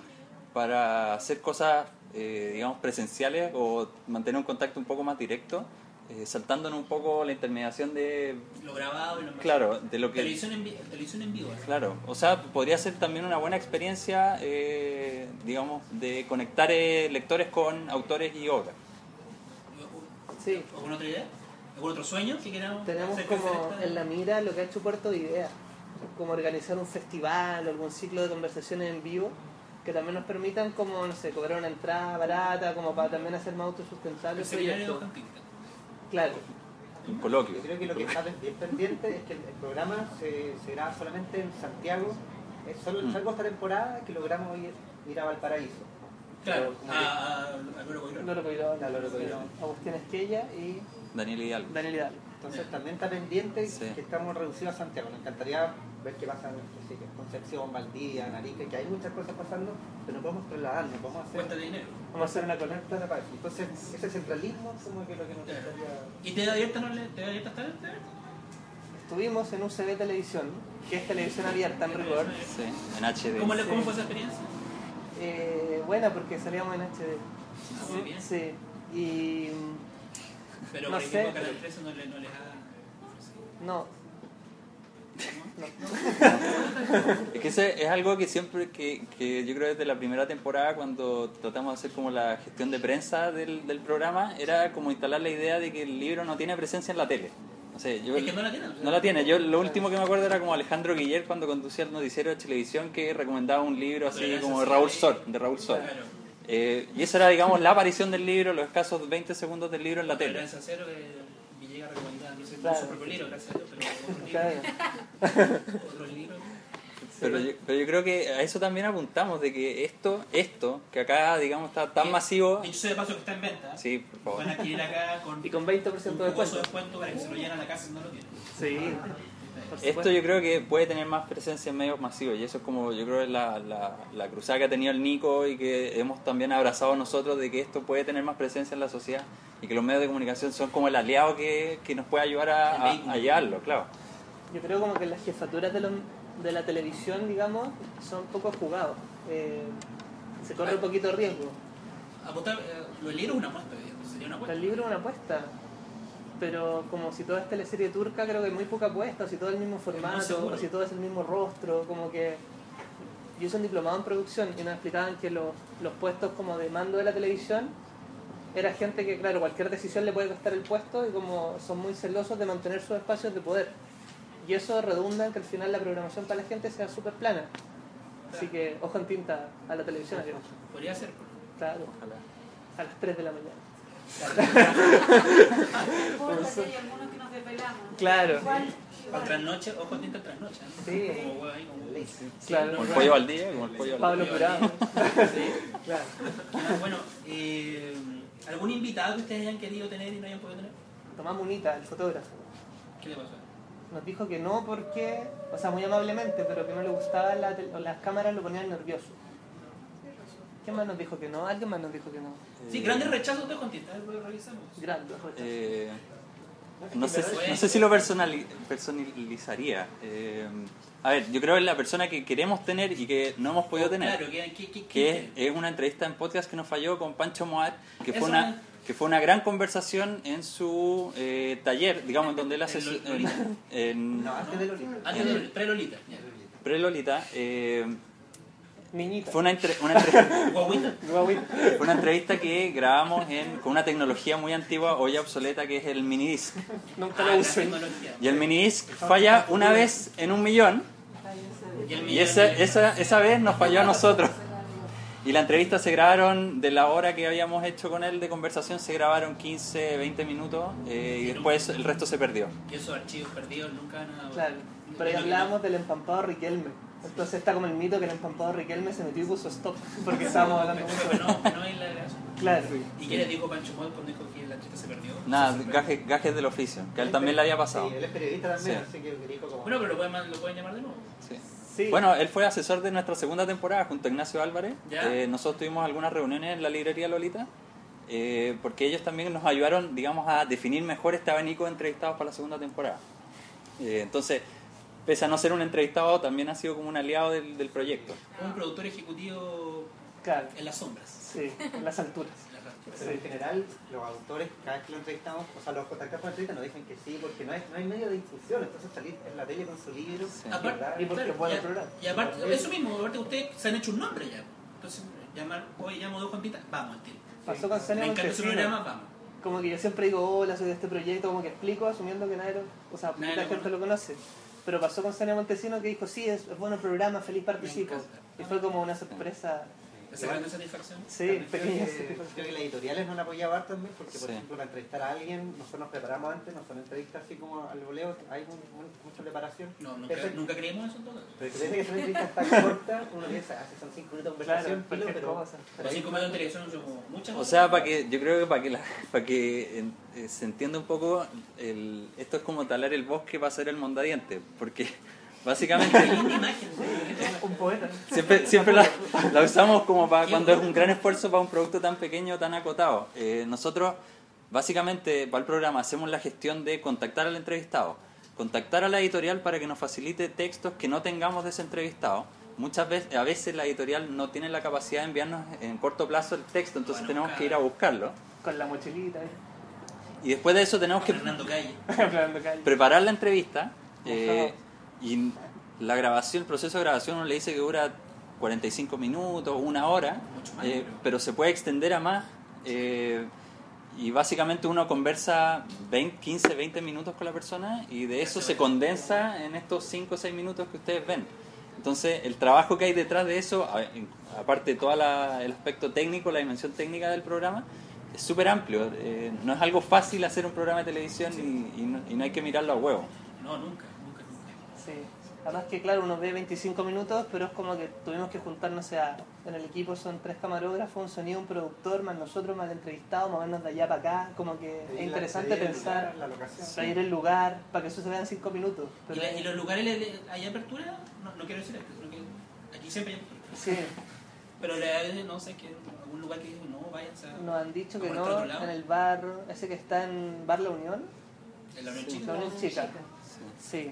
Speaker 3: para hacer cosas, eh, digamos, presenciales o mantener un contacto un poco más directo, eh, saltándonos un poco la intermediación de,
Speaker 1: Lo grabado y lo más.
Speaker 3: claro, de lo que...
Speaker 1: Televisión en, vi- televisión en vivo. ¿no?
Speaker 3: Claro, o sea, podría ser también una buena experiencia, eh, digamos, de conectar eh, lectores con autores y obras.
Speaker 2: Sí.
Speaker 1: ¿Alguna otra idea? ¿Algún otro sueño que queramos?
Speaker 2: Tenemos
Speaker 1: hacer crecer
Speaker 2: como
Speaker 1: esta-
Speaker 2: en la mira lo que ha hecho Puerto de Idea, como organizar un festival o algún ciclo de conversaciones en vivo que también nos permitan como, no sé, cobrar una entrada barata, como para también hacer más autosustentable
Speaker 1: el
Speaker 2: el
Speaker 1: seminario de
Speaker 2: proyecto.
Speaker 1: Ojan Pinta.
Speaker 2: Claro,
Speaker 3: Un coloquio.
Speaker 5: Yo creo que lo que está bien pendiente es que el, el programa se, se graba solamente en Santiago, es solo,
Speaker 3: Mm.
Speaker 5: salvo esta temporada que logramos ir, ir a Valparaíso.
Speaker 1: Claro,
Speaker 5: Pero como que-
Speaker 1: a, a, a Loro Coirón.
Speaker 2: Loro Coirón,
Speaker 5: La Loro Coirón.
Speaker 2: Agustín Esquella y
Speaker 3: Daniel Hidalgo.
Speaker 2: Daniel Hidalgo.
Speaker 5: entonces también está pendiente
Speaker 3: Sí.
Speaker 5: que estamos reducidos a Santiago. Nos encantaría ver qué pasa en no sé, Concepción, Valdivia, Narica, que hay muchas cosas pasando, pero no podemos trasladarnos, podemos hacer...
Speaker 1: Cuesta dinero.
Speaker 2: Vamos a hacer una coleta.
Speaker 5: conectar para- Entonces, ese centralismo es como que lo que nos gustaría...
Speaker 1: ¿Y te da abierta, no le, te da abierta hasta el TV?
Speaker 2: Estuvimos en UCB Televisión, que es televisión abierta en rigor.
Speaker 3: Sí, en HD.
Speaker 1: ¿Cómo, le,
Speaker 2: Sí.
Speaker 1: ¿Cómo fue esa experiencia?
Speaker 2: Eh, buena porque salíamos en HD.
Speaker 1: Ah, muy bien.
Speaker 2: Sí. Y mm,
Speaker 1: Pero
Speaker 2: No
Speaker 1: por
Speaker 2: sé,
Speaker 1: ejemplo, Canal
Speaker 2: pero-
Speaker 1: 13 no, le, no les ha...
Speaker 2: no,
Speaker 3: Es que ese es algo que siempre, que, que yo creo desde la primera temporada, cuando tratamos de hacer como la gestión de prensa del, del programa, era como instalar la idea de que el libro no tiene presencia en la tele. No sé, yo...
Speaker 1: Es que no la tiene. o sea,
Speaker 3: No la tiene. Yo lo último que me acuerdo era como Alejandro Guiller cuando conducía el noticiero de televisión que recomendaba un libro así
Speaker 8: Pero
Speaker 3: como de
Speaker 8: ese
Speaker 3: Raúl
Speaker 8: sí.
Speaker 3: Sor, de Raúl Sor.
Speaker 1: Claro.
Speaker 3: Eh, y esa era, digamos, la aparición del libro, los escasos 20 segundos del libro en la
Speaker 1: Pero
Speaker 3: tele.
Speaker 1: en Sacero que Villegas recomendaba, no sé,
Speaker 2: Claro.
Speaker 1: no super libro, gracias a Dios, pero
Speaker 2: Claro.
Speaker 1: otro libro, otro libro.
Speaker 3: Pero yo, pero yo creo que a eso también apuntamos, de que esto, esto, que acá, digamos, está tan
Speaker 1: Sí.
Speaker 3: masivo...
Speaker 1: Dicho sea de paso que está en venta,
Speaker 3: Sí, por favor.
Speaker 1: van a adquirir acá con
Speaker 2: (laughs) Y con
Speaker 1: un
Speaker 2: 20% de
Speaker 1: poco Ah, de
Speaker 2: descuento.
Speaker 1: descuento para que se lo lleven a la casa si no lo tienen.
Speaker 2: Sí.
Speaker 3: Esto yo creo que puede tener más presencia en medios masivos y eso es como yo creo que es la, la, la cruzada que ha tenido el Nico y que hemos también abrazado nosotros de que esto puede tener más presencia en la sociedad y que los medios de comunicación son como el aliado que, que nos puede ayudar a, a, a llevarlo, claro.
Speaker 2: Yo creo como que las jefaturas de, los- de la televisión, digamos, son poco jugados. Eh, se corre un poquito riesgo.
Speaker 1: Apostar, eh, lo libro es una apuesta, digamos, sería una apuesta.
Speaker 2: El libro es una apuesta. Pero como si toda es teleserie turca, creo que hay muy poca apuesta. o Si todo es el mismo formato,
Speaker 1: seguro.
Speaker 2: o si todo es el mismo rostro, como que... Yo soy un diplomado en producción y nos explicaban que los, los puestos como de mando de la televisión era gente que, claro, cualquier decisión le puede costar el puesto y como son muy celosos de mantener sus espacios de poder. Y eso redunda en que al final la programación para la gente sea súper plana. Así que ojo en tinta a la televisión, amigo.
Speaker 1: Podría
Speaker 2: (laughs)
Speaker 1: ser.
Speaker 2: Claro, a las 3 de la mañana.
Speaker 9: No importa si hay algunos que nos desvelamos.
Speaker 2: Pues Claro.
Speaker 9: Igual,
Speaker 1: O
Speaker 9: igual.
Speaker 1: trasnoche, ojo atento tras noche. ¿no?
Speaker 2: Sí.
Speaker 1: Como huevo ahí, como huevo.
Speaker 2: Claro.
Speaker 3: Como el pollo al día, como el pollo al
Speaker 2: Pablo Curado.
Speaker 1: Sí.
Speaker 2: Claro.
Speaker 1: Ah, Bueno, eh, ¿algún invitado que ustedes hayan querido tener y no hayan podido tener?
Speaker 2: Tomás Munita, el fotógrafo,
Speaker 1: ¿Qué le pasó?
Speaker 2: nos dijo que no porque, o sea, muy amablemente, pero que no le gustaba la tel- o las cámaras, lo ponían nervioso. ¿Quién más nos dijo que no? Alguien más nos dijo que no.
Speaker 1: Sí, grandes rechazos de contestar, lo revisamos.
Speaker 2: Grande.
Speaker 3: Eh, no, sé, no sé si lo personali- personalizaría. Eh, a ver, yo creo que la persona que queremos tener y que no hemos podido tener.
Speaker 1: Oh, Claro, ¿qué, qué, qué,
Speaker 3: que es,
Speaker 1: qué-
Speaker 3: es una entrevista en podcast que nos falló con Pancho Moat, que
Speaker 1: Eso
Speaker 3: fue una
Speaker 1: es.
Speaker 3: que fue una gran conversación en su eh, taller, digamos, donde él hace
Speaker 1: En
Speaker 3: su-
Speaker 1: Lol-
Speaker 3: en,
Speaker 1: Lolita. (laughs)
Speaker 3: en
Speaker 5: No, antes de Lolita.
Speaker 1: Antes de Lolita, pre-Lolita.
Speaker 3: Pre-Lolita, eh,
Speaker 2: Niñita.
Speaker 3: fue una, entre- una entre-
Speaker 1: Guaguita.
Speaker 2: Guaguita.
Speaker 3: fue una entrevista que grabamos en- con una tecnología muy antigua, hoy obsoleta, que es el minidisc.
Speaker 2: Nunca
Speaker 1: Ah,
Speaker 2: lo
Speaker 1: la
Speaker 2: usé.
Speaker 1: tecnología.
Speaker 3: Y el minidisc falla una vez en un millón,
Speaker 1: Y, el
Speaker 3: y
Speaker 1: millón
Speaker 3: esa,
Speaker 1: de-
Speaker 3: esa, esa vez nos falló a nosotros. Y la entrevista se grabaron de la hora que habíamos hecho con él de conversación, se grabaron 15, 20 minutos eh, y después el resto se perdió.
Speaker 1: Y esos archivos perdidos nunca van a...
Speaker 2: Claro. Pero ahí hablábamos del empampado Riquelme. Entonces está como el mito que el empampado Riquelme se metió y puso stop porque estábamos hablando mucho.
Speaker 1: Pero no, no es la gracia.
Speaker 2: Claro.
Speaker 1: ¿Y qué le dijo Pancho Mod cuando dijo que la entrevista se perdió?
Speaker 3: Nada,
Speaker 1: Se perdió.
Speaker 3: gajes, gajes del oficio, que a él también le había pasado.
Speaker 5: Sí, él es periodista también,
Speaker 3: Sí.
Speaker 5: así que dijo como...
Speaker 1: Bueno, pero lo pueden, lo pueden llamar de nuevo.
Speaker 3: Sí.
Speaker 2: Sí.
Speaker 3: Bueno, él fue asesor de nuestra segunda temporada junto a Ignacio Álvarez.
Speaker 1: Ya.
Speaker 3: Eh, nosotros tuvimos algunas reuniones en la librería Lolita, eh, porque ellos también nos ayudaron, digamos, a definir mejor este abanico de entrevistados para la segunda temporada. Eh, entonces, pese a no ser un entrevistado, también ha sido como un aliado del, del proyecto.
Speaker 1: Un productor ejecutivo
Speaker 2: Claro.
Speaker 1: en las sombras.
Speaker 2: Sí, en las alturas.
Speaker 1: en las rastras.
Speaker 5: Pero en general, los autores, cada vez que lo entrevistamos, o sea, los contactados para entrevista nos dicen que sí, porque no hay, no hay medio de discusión. Entonces salir en la tele con su libro,
Speaker 3: Sí.
Speaker 5: y
Speaker 1: Aparte-
Speaker 5: hablar,
Speaker 2: Y porque
Speaker 1: Claro,
Speaker 2: puede
Speaker 1: y a-
Speaker 2: lograr.
Speaker 1: Y aparte, eso mismo, aparte ustedes se han hecho un nombre ya. Entonces, llamar, hoy llamo dos Juanpita, vamos al tiro.
Speaker 2: Pasó con
Speaker 1: Me
Speaker 2: Sonia
Speaker 1: encanta su
Speaker 2: Montesino.
Speaker 1: programa, vamos.
Speaker 2: Como que yo siempre digo, hola, soy de este proyecto, como que explico, asumiendo que nadie, lo- o sea,
Speaker 1: Nadie
Speaker 2: la
Speaker 1: lo
Speaker 2: gente
Speaker 1: conoce.
Speaker 2: lo conoce. Pero pasó con Sonia Montesino que dijo, sí, es, es bueno el programa, feliz participo.
Speaker 1: encanta.
Speaker 2: Y fue como una sorpresa,
Speaker 1: Esa gran satisfacción.
Speaker 2: sí,
Speaker 5: Creo
Speaker 2: pequeña
Speaker 5: que,
Speaker 2: sorpresa.
Speaker 5: creo que las editoriales nos la apoyaban también, porque por
Speaker 3: Sí.
Speaker 5: ejemplo para entrevistar a alguien, nosotros nos preparamos antes, nos son entrevistas así como al voleo, hay un- un- mucha preparación.
Speaker 1: No, nunca,
Speaker 5: Pero-
Speaker 1: nunca creímos eso en todo.
Speaker 5: Pero que desde que son entrevistas tan cortas, uno piensa, hace son cinco minutos de
Speaker 2: Claro,
Speaker 5: conversación, filo,
Speaker 2: cualquier
Speaker 5: pero,
Speaker 2: cosa.
Speaker 1: Pero cinco minutos de televisión son como muchas
Speaker 3: O sea, para que yo creo que para que, la- (laughs) para que en- eh, se entienda un poco, el, esto es como talar el bosque para hacer el mondadiente, porque (laughs)
Speaker 1: (laughs) Qué
Speaker 3: básicamente
Speaker 1: linda imagen, ¿no?
Speaker 2: Un poeta.
Speaker 3: siempre, siempre la, la usamos como para cuando es un gran esfuerzo para un producto tan pequeño, tan acotado. Eh, nosotros básicamente para el programa hacemos la gestión de contactar al entrevistado, contactar a la editorial para que nos facilite textos que no tengamos de ese entrevistado. Muchas veces, a veces la editorial no tiene la capacidad de enviarnos en corto plazo el texto, entonces
Speaker 1: Bueno,
Speaker 3: tenemos que ir a
Speaker 1: claro.
Speaker 3: buscarlo.
Speaker 2: Con la mochilita, ahí, (laughs)
Speaker 3: Y después de eso tenemos que
Speaker 1: Fernando Calle.
Speaker 2: hablando calle.
Speaker 3: preparar la entrevista eh,
Speaker 2: Ojalá.
Speaker 3: y la grabación, el proceso de grabación uno le dice que dura 45 minutos, una hora,
Speaker 1: Mucho más,
Speaker 3: eh,
Speaker 1: creo.
Speaker 3: pero se puede extender a más. eh, Y básicamente uno conversa 20, 15, 20 minutos con la persona y de eso se condensa en estos 5 o 6 minutos que ustedes ven. Entonces, el trabajo que hay detrás de eso, a- en- aparte de todo el aspecto técnico, la dimensión técnica del programa, es súper amplio. Eh, no es algo fácil hacer un programa de televisión y, y no, y no hay que mirarlo a huevo.
Speaker 1: No, nunca, nunca, nunca.
Speaker 2: Sí. Además que claro, uno ve 25 minutos, pero es como que tuvimos que juntarnos, o sea, en el equipo son tres camarógrafos, un sonido, un productor, más nosotros, más el entrevistado, movernos de allá para acá, como que es interesante pensar,
Speaker 5: La locación.
Speaker 2: traer el lugar, para que eso se vea en 5 minutos.
Speaker 1: ¿Y,
Speaker 2: Pero
Speaker 1: la- y los lugares le- le- hay apertura? No, no quiero decir esto, creo que aquí siempre hay apertura.
Speaker 2: Sí,
Speaker 1: Pero la verdad es que no sé, que algún lugar que digo, no, váyanse a-
Speaker 2: nos han dicho que
Speaker 1: ¿Como el otro
Speaker 2: no,
Speaker 1: lado?
Speaker 2: en el bar, ese que está en Bar La Unión,
Speaker 1: en la noche.
Speaker 2: La Unión Chica. Sí,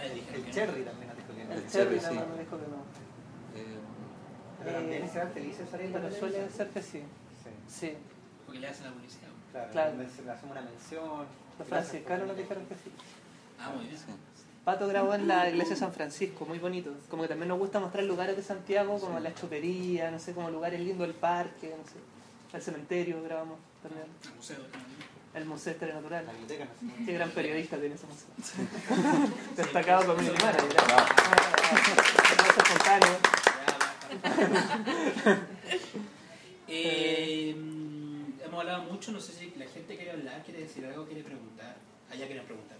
Speaker 1: Ah, les dije
Speaker 5: El
Speaker 1: que no.
Speaker 5: Cherry también nos dijo que no.
Speaker 2: el
Speaker 3: El
Speaker 2: Cherry
Speaker 3: Cherry, sí.
Speaker 2: nada más me dijo que no.
Speaker 3: Eh,
Speaker 5: Pero también serán felices salir de la
Speaker 2: Eh, Pero suele
Speaker 5: televisión.
Speaker 2: ser que sí,
Speaker 5: Sí,
Speaker 2: sí.
Speaker 1: Porque le hacen la publicidad.
Speaker 5: claro.
Speaker 2: Claro.
Speaker 5: Le le hacemos una mención.
Speaker 2: Los franciscanos nos dijeron que sí.
Speaker 1: Ah, muy bien.
Speaker 3: sí.
Speaker 2: Pato grabó en la iglesia de San Francisco, muy bonito. Como que también nos gusta mostrar lugares de Santiago, como la chopería, no sé, como lugares lindos, el parque, no sé. El cementerio grabamos también.
Speaker 1: Al museo. ¿no?
Speaker 2: El Museo de Historia Natural.
Speaker 5: La biblioteca no sé.
Speaker 2: Qué gran periodista tiene ese museo. Destacado con mi hermana, mirá.
Speaker 3: Bravo.
Speaker 2: Ah, es espontáneo.
Speaker 1: (laughs) Eh, hemos hablado mucho, no sé si la gente quiere hablar, quiere decir algo, quiere preguntar. Allá quieren preguntar.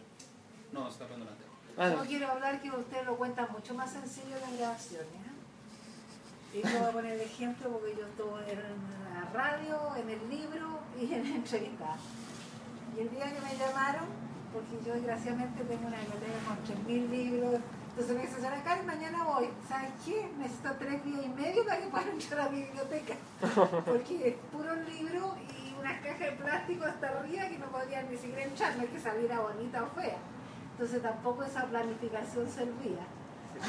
Speaker 1: No, se está poniendo la tele.
Speaker 2: Bueno,
Speaker 8: Yo quiero hablar que usted lo cuenta mucho más sencillo en las grabaciones. ¿eh? ¿ah? Y yo voy a poner el ejemplo porque yo todo era en la radio, en el libro y en la entrevista. Y el día que me llamaron, porque yo desgraciadamente tengo una biblioteca con 3.000 libros, entonces me dice, señora Karen, mañana voy. ¿Sabes qué? Necesito tres días y medio para que pueda entrar a mi biblioteca. Porque es puro libro y unas cajas de plástico hasta arriba que no podían ni siquiera entrar, no es que saliera bonita o fea. Entonces tampoco esa planificación servía.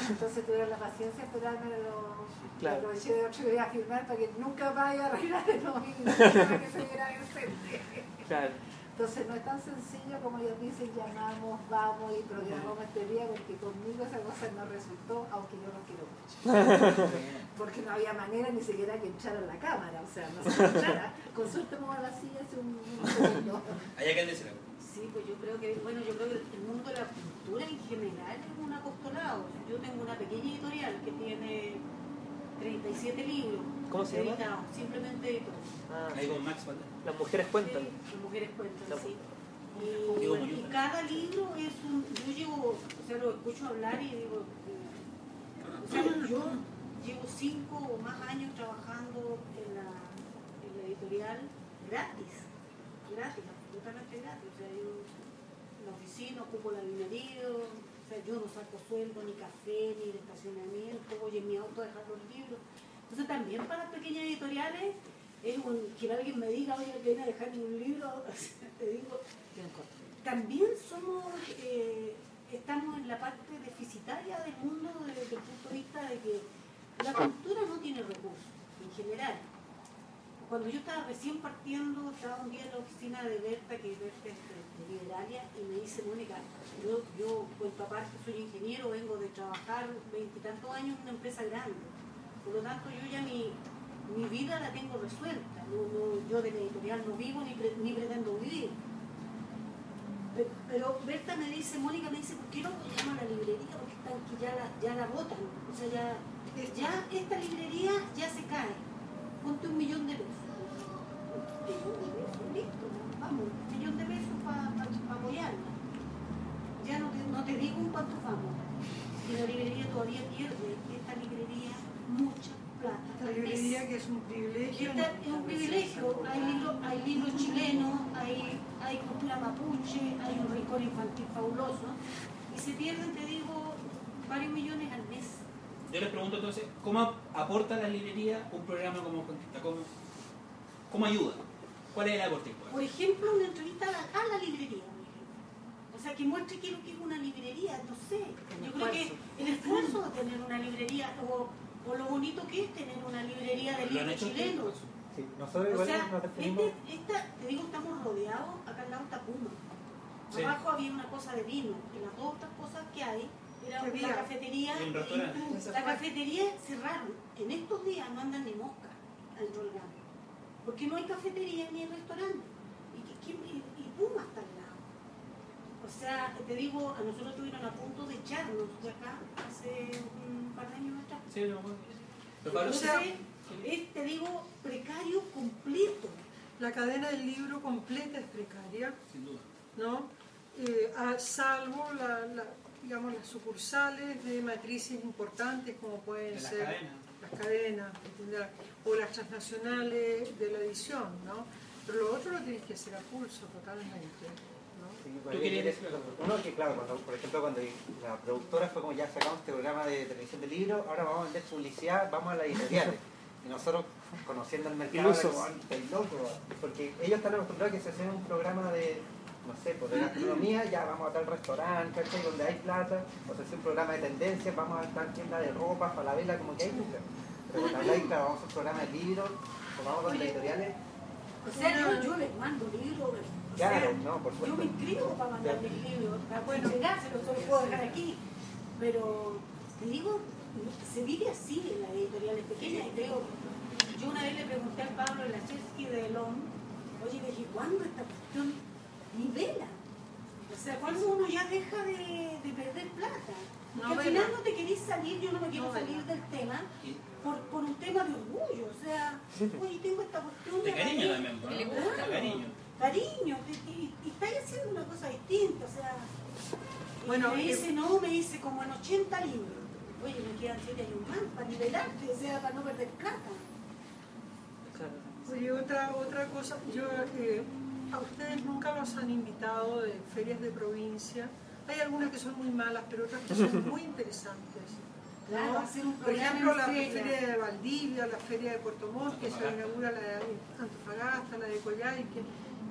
Speaker 8: Entonces tuvieron la paciencia de esperarme los
Speaker 2: Claro.
Speaker 8: claro. de ocho días a firmar para que nunca vaya a arreglar el domingo (laughs) para que se viera decente.
Speaker 2: claro.
Speaker 8: Entonces no es tan sencillo como ellos dicen, llamamos, vamos y programamos este día porque conmigo esa cosa no resultó, aunque yo lo quiero mucho.
Speaker 2: (laughs)
Speaker 8: Porque no había manera ni siquiera que echaran la cámara, o sea, no se echara. Con suerte me voy a la silla hace un un segundo.
Speaker 1: Allá Ah, quieren decir algo.
Speaker 9: Sí, pues yo creo que, bueno, yo creo que el mundo de la cultura en general es un acostolado. Yo tengo una pequeña editorial que tiene 37 libros.
Speaker 2: ¿Cómo se llama?
Speaker 9: editados, simplemente editados.
Speaker 2: Ah,
Speaker 1: Ahí con Max Valdés.
Speaker 2: las mujeres cuentan.
Speaker 9: Sí, las mujeres cuentan,
Speaker 2: No.
Speaker 9: sí.
Speaker 1: Qué
Speaker 9: Y, bueno, y
Speaker 1: bonito.
Speaker 9: cada libro es un. Yo llevo, o sea, lo escucho hablar y digo. eh, O sea, yo llevo cinco o más años trabajando en la, en la editorial gratis, gratis, absolutamente gratis. O sea, yo en la oficina ocupo la librería, o sea, yo no saco sueldo, ni café, ni de estacionamiento, voy en mi auto a dejar los libros. Entonces también para las pequeñas editoriales es un, que alguien me diga, oye, viene a dejarme un libro, (laughs) te digo, también somos, eh, estamos en la parte deficitaria del mundo desde el punto de vista de que la cultura no tiene recursos, en general. Cuando yo estaba recién partiendo, estaba un día en la oficina de Berta, que Berta es de- de Liberalia, y me dice, Mónica, yo, yo cuento aparte, soy ingeniero, vengo de trabajar veintitantos años en una empresa grande. Por lo tanto, yo ya mi, mi vida la tengo resuelta. No, no- yo de la editorial no vivo ni, pre- ni pretendo vivir. Pe- Pero Berta me dice, Mónica me dice, ¿por qué no llamo a la librería? Porque están que ya la, ya la botan. O sea, ya, ya esta librería ya se cae. Ponte un millón de pesos. Un millón de pesos, listo, vamos, un millón de pesos para apoyarla. Ya no te, no te digo en cuánto vamos. Y la librería todavía pierde, esta librería, mucha plata.
Speaker 8: Esta
Speaker 9: al mes.
Speaker 8: librería que es un privilegio.
Speaker 9: Este es un privilegio. Hay libros, hay libros chilenos, hay, hay cultura mapuche, hay un rincón infantil fabuloso. Y se pierden, te digo, varios millones al mes.
Speaker 1: Yo les pregunto entonces, ¿cómo ap- aporta la librería un programa como Contesta? ¿Cómo, cómo ayuda? ¿Cuál es el aporte?
Speaker 9: Por ejemplo, una entrevista a la, a la librería. por ejemplo. O sea, que muestre que lo que es una librería, no sé. Yo creo que el esfuerzo de tener una librería, o, o lo bonito que es tener una librería
Speaker 1: ¿Lo
Speaker 9: de
Speaker 1: han
Speaker 9: libros
Speaker 1: hecho ustedes?
Speaker 9: chilenos.
Speaker 5: Sí, nosotros
Speaker 9: O
Speaker 5: igual
Speaker 9: sea,
Speaker 5: nos referimos.
Speaker 9: este- esta, te digo, estamos rodeados, acá al lado está Puma.
Speaker 1: Sí.
Speaker 9: Abajo había una cosa de vino, que las dos otras cosas que hay era
Speaker 8: Qué
Speaker 9: la
Speaker 8: día.
Speaker 9: cafetería.
Speaker 1: Y un restaurante.
Speaker 9: La cafetería cerraron. En estos días no andan ni mosca al Rolgán. Porque no hay cafetería ni hay restaurante. ejemplo, y, y Puma está al lado. O sea, te digo, a nosotros estuvieron a punto de echarnos de acá hace un par de años atrás.
Speaker 1: Sí, no, bueno. Pero para
Speaker 9: O
Speaker 1: los-
Speaker 9: sea, es, te digo, precario completo.
Speaker 10: La cadena del libro completa es precaria,
Speaker 1: Sin duda.
Speaker 10: ¿no? Eh, a salvo la- la- digamos, las sucursales de matrices importantes como pueden
Speaker 1: De las
Speaker 10: ser
Speaker 1: cadenas.
Speaker 10: las cadenas ¿entendés? o las transnacionales de la edición, ¿no? Pero lo otro lo tienes que hacer a pulso totalmente, ¿no?
Speaker 5: Sí, bueno, yo
Speaker 1: querías
Speaker 5: quería decir una cosa. Uno que, claro, cuando, por ejemplo, cuando la productora fue como ya sacamos este programa de televisión de libro, ahora vamos a vender publicidad, vamos a las
Speaker 9: (laughs)
Speaker 5: editoriales. Y nosotros, conociendo el mercado,
Speaker 2: Ilusos.
Speaker 5: era como, "Ah, estáis locos", porque ellos están acostumbrados a que se hace un programa de, no sé, pues de gastronomía, ya vamos a tal restaurante, ¿cachai? Donde hay plata, o se hace un programa de tendencias, vamos a tal tienda de ropa, falabella, como que hay mucha. Pero cuando habláis, claro, vamos a un programa de libros, o vamos con
Speaker 9: Oye.
Speaker 5: editoriales,
Speaker 9: O sea, yo, yo les mando libros. o sea,
Speaker 5: claro, no, por
Speaker 9: Yo me
Speaker 5: supuesto.
Speaker 9: inscribo para mandar mis libros,
Speaker 10: Ah,
Speaker 9: para poder entregárselos, solo puedo dejar aquí. Pero te digo, se vive así en las editoriales pequeñas. Y te digo, yo una vez le pregunté al Pablo Lachevsky de LOM, oye, le dije, ¿cuándo esta cuestión nivela? O sea, cuando uno ya deja de, de perder plata.
Speaker 10: No,
Speaker 9: Porque al
Speaker 10: bueno.
Speaker 9: final no te querés salir, yo no me quiero
Speaker 10: No, bueno.
Speaker 9: salir del tema por, por un tema de orgullo. O sea, oye, tengo esta cuestión
Speaker 1: De cariño
Speaker 9: aprendí-
Speaker 1: también, ¿no?
Speaker 9: Le
Speaker 1: De
Speaker 9: gusta.
Speaker 1: cariño.
Speaker 9: cariño, te- y, y estáis haciendo una cosa distinta, o sea. y
Speaker 10: Bueno,
Speaker 9: me
Speaker 10: y-
Speaker 9: dice, no, me dice como en 80 libros. Oye, me quedan 7 años más para nivelarte, o sea, para no perder plata.
Speaker 10: Oye, otra, otra cosa, yo, eh, a ustedes nunca los han invitado de ferias de provincia. Hay algunas que son muy malas, pero otras que son
Speaker 2: (laughs)
Speaker 10: muy interesantes. ¿no?
Speaker 9: Claro, hacer un
Speaker 10: Por
Speaker 9: programa
Speaker 10: ejemplo,
Speaker 9: en
Speaker 10: la
Speaker 9: feria.
Speaker 10: feria de Valdivia, la feria de Puerto Montt, que se
Speaker 1: Antofagasta.
Speaker 10: inaugura la de Antofagasta, la de Coyhaique.